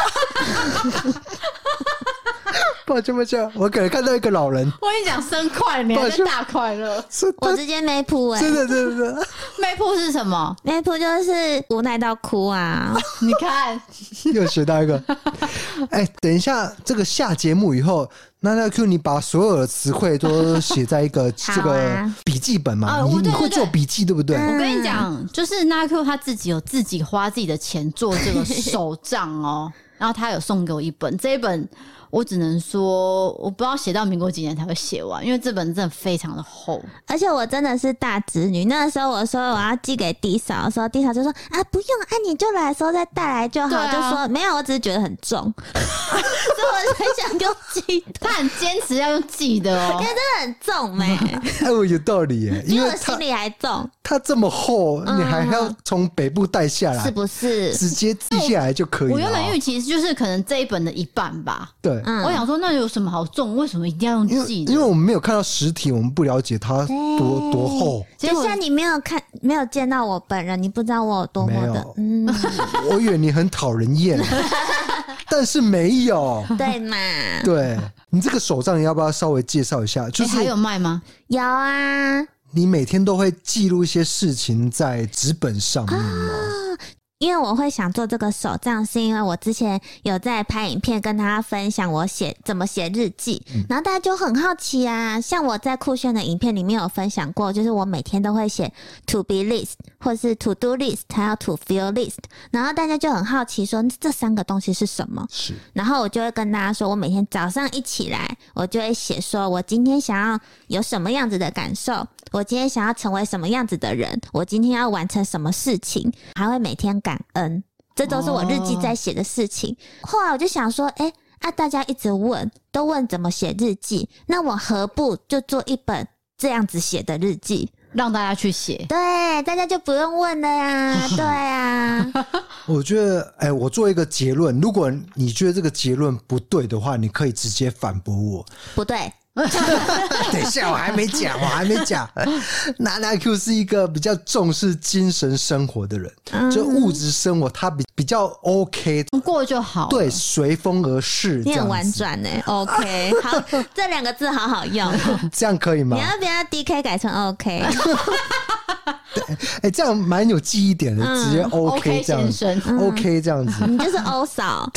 抱歉抱歉，我可能看到一个老人，
我跟你讲生快，你还在大快乐。
是
我直接没铺 哎、
真的真的真的
妹铺是什么？
没铺就是无奈到哭啊。
你看，
又学到一个。哎，等一下，这个下节目以后，那那 Q 你把所有的词汇都写在一 个
好啊
这个笔记本嘛？
哦
你
我对
你
对
会
对
做笔记对不对？
嗯
我跟你 讲，就是那 Q 他自己有自己花自己的钱做这个手账哦，然后他有送给我一本，这一本我只能说我不知道写到民国几年才会写完，因为这本真的非常的厚。
而且我真的是大侄女，那时候我说我要寄给弟嫂的时候，弟嫂就说啊不用，啊你就来的时候再带来就好，
对啊
就说没有，我只是觉得很 重，所以我才想用寄的，
他很坚持要用记的哦
因为，真的很重没、
哎，我有道理耶，
比
因
我
为它
行李还重，
它这么厚，你还要从北部带下来
是，不是？
直接寄下来就可以了
我
哦。
原本预期就是可能这一本的一半吧。
对，
嗯
我想说，那有什么好重？为什么一定要用
因为
记呢？
因为我们没有看到实体，我们不了解它多
对
多厚。
结果
就像你没有看、没有见到我本人，你不知道我有多么
没
的
有，
嗯，
我以为你很讨人 厌，但是没有。
嗯
对嘛？
对你这个手账，要不要稍微介绍一下？就
诶
是
哎还有卖吗？
有啊，
你每天都会记录一些事情在纸本上面
啊
吗？
因为我会想做这个手账，是因为我之前有在拍影片跟大家分享我写怎么写日记，然后大家就很好奇啊。像我在酷炫的影片里面有分享过，就是我每天都会写 to be list 或是 to do list，还有 to feel list，然后大家就很好奇说这三个东西是什么。
是
然后我就会跟大家说，我每天早上一起来，我就会写说我今天想要有什么样子的感受，我今天想要成为什么样子的人，我今天要完成什么事情，还会每天感恩，这都是我日记在写的事情。后来我就想说，哎、啊，大家一直问，都问怎么写日记，那我何不就做一本这样子写的日记？
让大家去写。
对，大家就不用问了呀，对啊，
我觉得，哎、我做一个结论，如果你觉得这个结论不对的话，你可以直接反驳我。
不对，
等一下，我还没讲，我还没 讲。娜娜 Q 是一个比较重视精神生活的人，
嗯
就物质生活他比比较 OK，
过就好了。
对，随风而逝这
你很
样
婉
子，
转呢、OK，好， 这两个字好好用。
这样可以吗
你？要不要 DK 改成 OK？
哎、这样蛮有记忆点的，
嗯
直接
OK
这样
先
子
生嗯
，OK 这样子，
你就是欧嫂，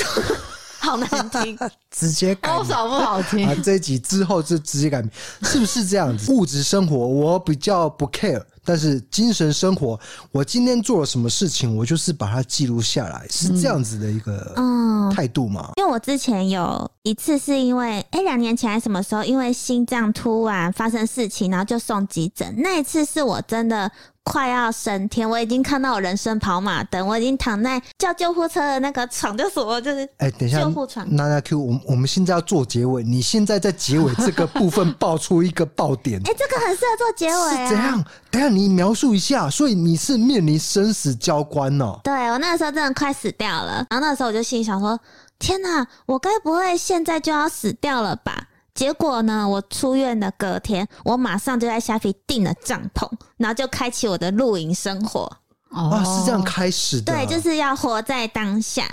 好难听。
直接改
高
名。
少不好听
啊，，这一集之后就直接改名，是不是这样子？物质生活我比较不 care，但是精神生活，我今天做了什么事情，我就是把它记录下来，是这样子的一个
嗯，
态度嘛？
因为我之前有一次是因为，哎、两年前还是什么时候，因为心脏突然发生事情，然后就送急诊。那一次是我真的。快要升天，我已经看到我人生跑马灯，我已经躺在叫救护车的那个床，就是我就是
哎、等一下
救护船，
娜娜 Q，我们我们现在要做结尾，你现在在结尾这个部分爆出一个爆点，
哎、这个很适合做结尾啊。
是怎样？等一下你描述一下，所以你是面临生死交关哦。
对我那个时候真的快死掉了，然后那时候我就心里想说：天哪，我该不会现在就要死掉了吧？结果呢，我出院的隔天，我马上就在虾皮订了帐篷，然后就开启我的露营生活。
啊，
哦
是这样开始的，
对，就是要活在当下，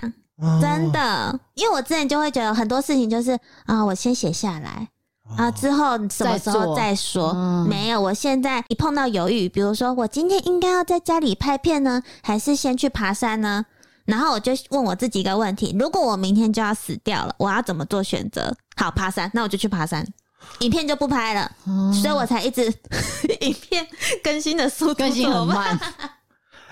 啊
真的。因为我之前就会觉得很多事情就是啊、我先写下来。啊，之后什么时
再
候
做
再说？
嗯
没有，我现在一碰到犹豫，比如说我今天应该要在家里拍片呢，还是先去爬山呢？然后我就问我自己一个问题：如果我明天就要死掉了，我要怎么做选择？好，爬山，那我就去爬山，影片就不拍了，
嗯
所以我才一直 影片更新的速度
更新
怎么
很
办
慢。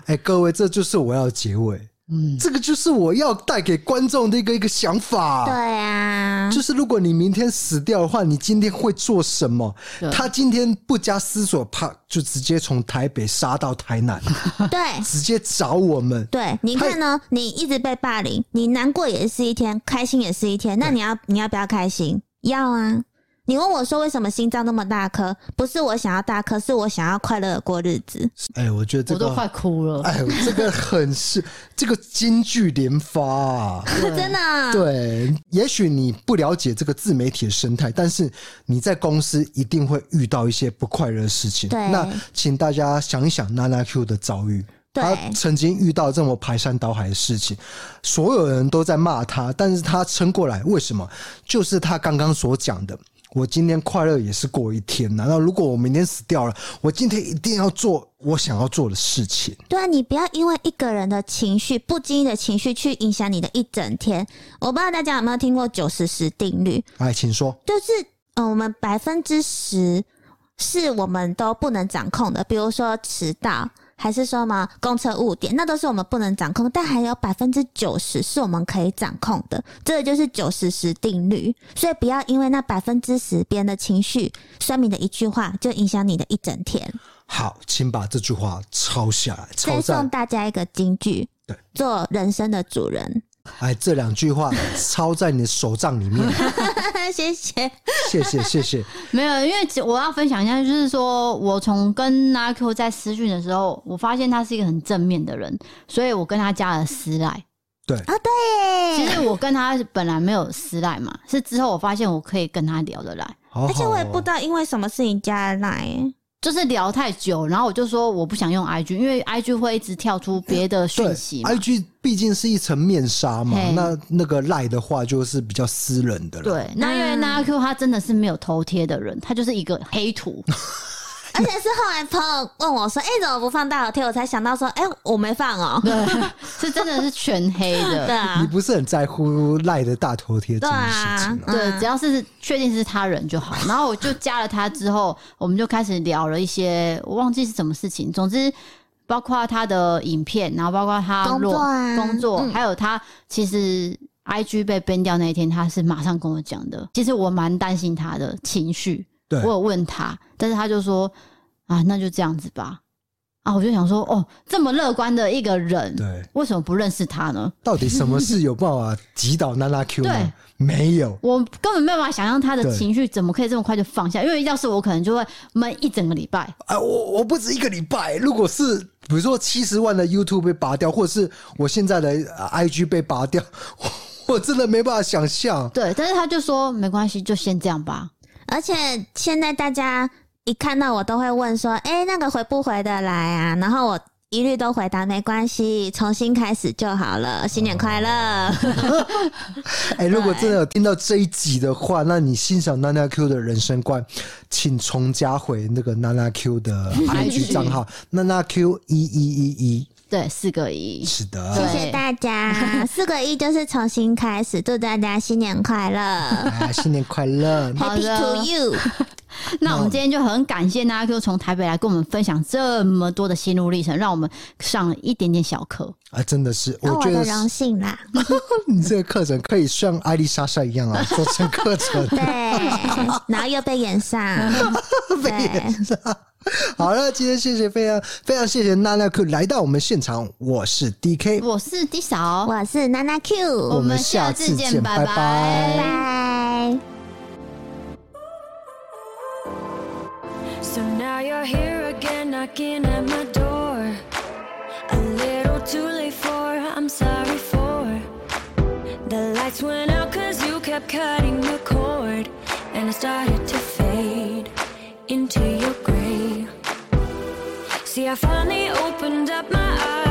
哎、各位，这就是我要的结尾。嗯，这个就是我要带给观众的一个一个想法。
对啊，
就是如果你明天死掉的话，你今天会做什么？
对
他今天不加思索，啪就直接从台北杀到台南，
对
直接找我们。
对，你看呢？你一直被霸凌，你难过也是一天，开心也是一天。那你要你要不要开心？要啊！你问我说为什么心脏那么大颗？不是我想要大颗，是我想要快乐的过日子。
哎、我觉得这
我都快
个，
哭了，
哎，这个很是这个金句连发、啊。
真的啊、
对，也许你不了解这个自媒体的生态，但是你在公司一定会遇到一些不快乐的事情。
对
那请大家想一想娜娜 Q 的遭遇。
对
她曾经遇到这么排山倒海的事情，所有人都在骂她，但是她撑过来，为什么？就是她刚刚所讲的，我今天快乐也是过一天呐、那如果我明天死掉了，我今天一定要做我想要做的事情。
对啊，你不要因为一个人的情绪、不经意的情绪去影响你的一整天。我不知道大家有没有听过九十十定律，
哎，请说。
就是嗯、呃我们百分之十是我们都不能掌控的，比如说迟到、还是说什么公车误点，那都是我们不能掌控，但还有百分之九十是我们可以掌控的，这就是九十十定律。所以不要因为那百分之十别人的情绪、酸民的一句话，就影响你的一整天。
好，请把这句话抄下来，
再
抄
送
在
大家一个金句
对：
做人生的主人。
哎这两句话抄在你的手账里面，
谢谢。
谢谢谢谢。
没有，因为其我要分享一下，就是说我从跟 n a Q 在私讯的时候，我发现他是一个很正面的人，所以我跟他加了私赖。
对
啊，对，
其实我跟他本来没有私赖嘛，是之后我发现我可以跟他聊得来，
好好
而且我也不
哦
知道因为什么事情加了 Line，
就是聊太久，然后我就说我不想用 IG，因为 IG 会一直跳出别的
对
讯息嘛。
，IG 毕竟是一层面纱嘛，
嘿
那那个赖的话就是比较私人的了。
对，那因为 n a Q 他真的是没有头贴的人，他就是一个黑图。
而且是后来朋友问我说：“哎、怎么不放大头贴？”我才想到说：“哎、我没放哦、
对，是真的是全黑
对
的。
啊
你，不是很在乎赖的大头贴这
对
件事
啊
情、，啊？
对，
嗯
只要是确定是他人 就好。然后我就加了他之后，我们就开始聊了一些，我忘记是什么事情。总之，包括他的影片，然后包括他
工作
落
啊
工作，
嗯
还有他其实 I G 被 ban 掉那一天，他是马上跟我讲的。其实我蛮担心他的情绪，
对
我有问他，但是他就说啊，那就这样子吧。啊，我就想说，哦，这么乐观的一个人，
啊
对，
为什么不认识他呢？
到底什么事有办法击倒娜娜 Q
对
吗？没有，
我根本没有办法想象他的
对
情绪怎么可以这么快就放下，因为要是我可能就会闷一整个礼拜。
啊，我我不止一个礼拜。如果是比如说七十万的 YouTube 被拔掉，或者是我现在的呃 IG 被拔掉，我我真的没办法想象。
对，但是他就说没关系，就先这样吧。
而且现在大家一看到我都会问说：“哎、那个回不回得来啊？”然后我一律都回答：“没关系，重新开始就好了，新年快乐。
哎、如果真的有听到这一集的话，那你欣赏娜娜 Q 的人生观，请重加回那个娜娜 Q 的 IG 账号，娜娜 Q 一一一一。
对，四个一，
是的，
对
谢谢大家，四个一就是重新开始，祝大家新年 快乐
哎，新年快乐！
好
，Happy
的
to you。
那我们今天就很感谢大家，就从台北来跟我们分享这么多的心路历程，让我们上了一点点小课。
啊，真的是，
那
我
哦我
觉
的
得
荣幸啦，
你这个课程可以像艾丽莎莎一样 啊，做成课程。
对，然后又被演上，对，
好了，今天谢谢非常非常谢谢娜娜 Q 来到我们现场，我是 DK，
我是 D 嫂，
我是娜娜 Q，
我
我
们
们
下
下
次
次
见
见，
拜拜
拜
拜
拜
拜。
So now you're here again, knocking at my door. A little too late for, I'm sorry for. The lights went out cause you kept cutting the cord. And I started to fade into your gray. See, I finally opened up my eyes.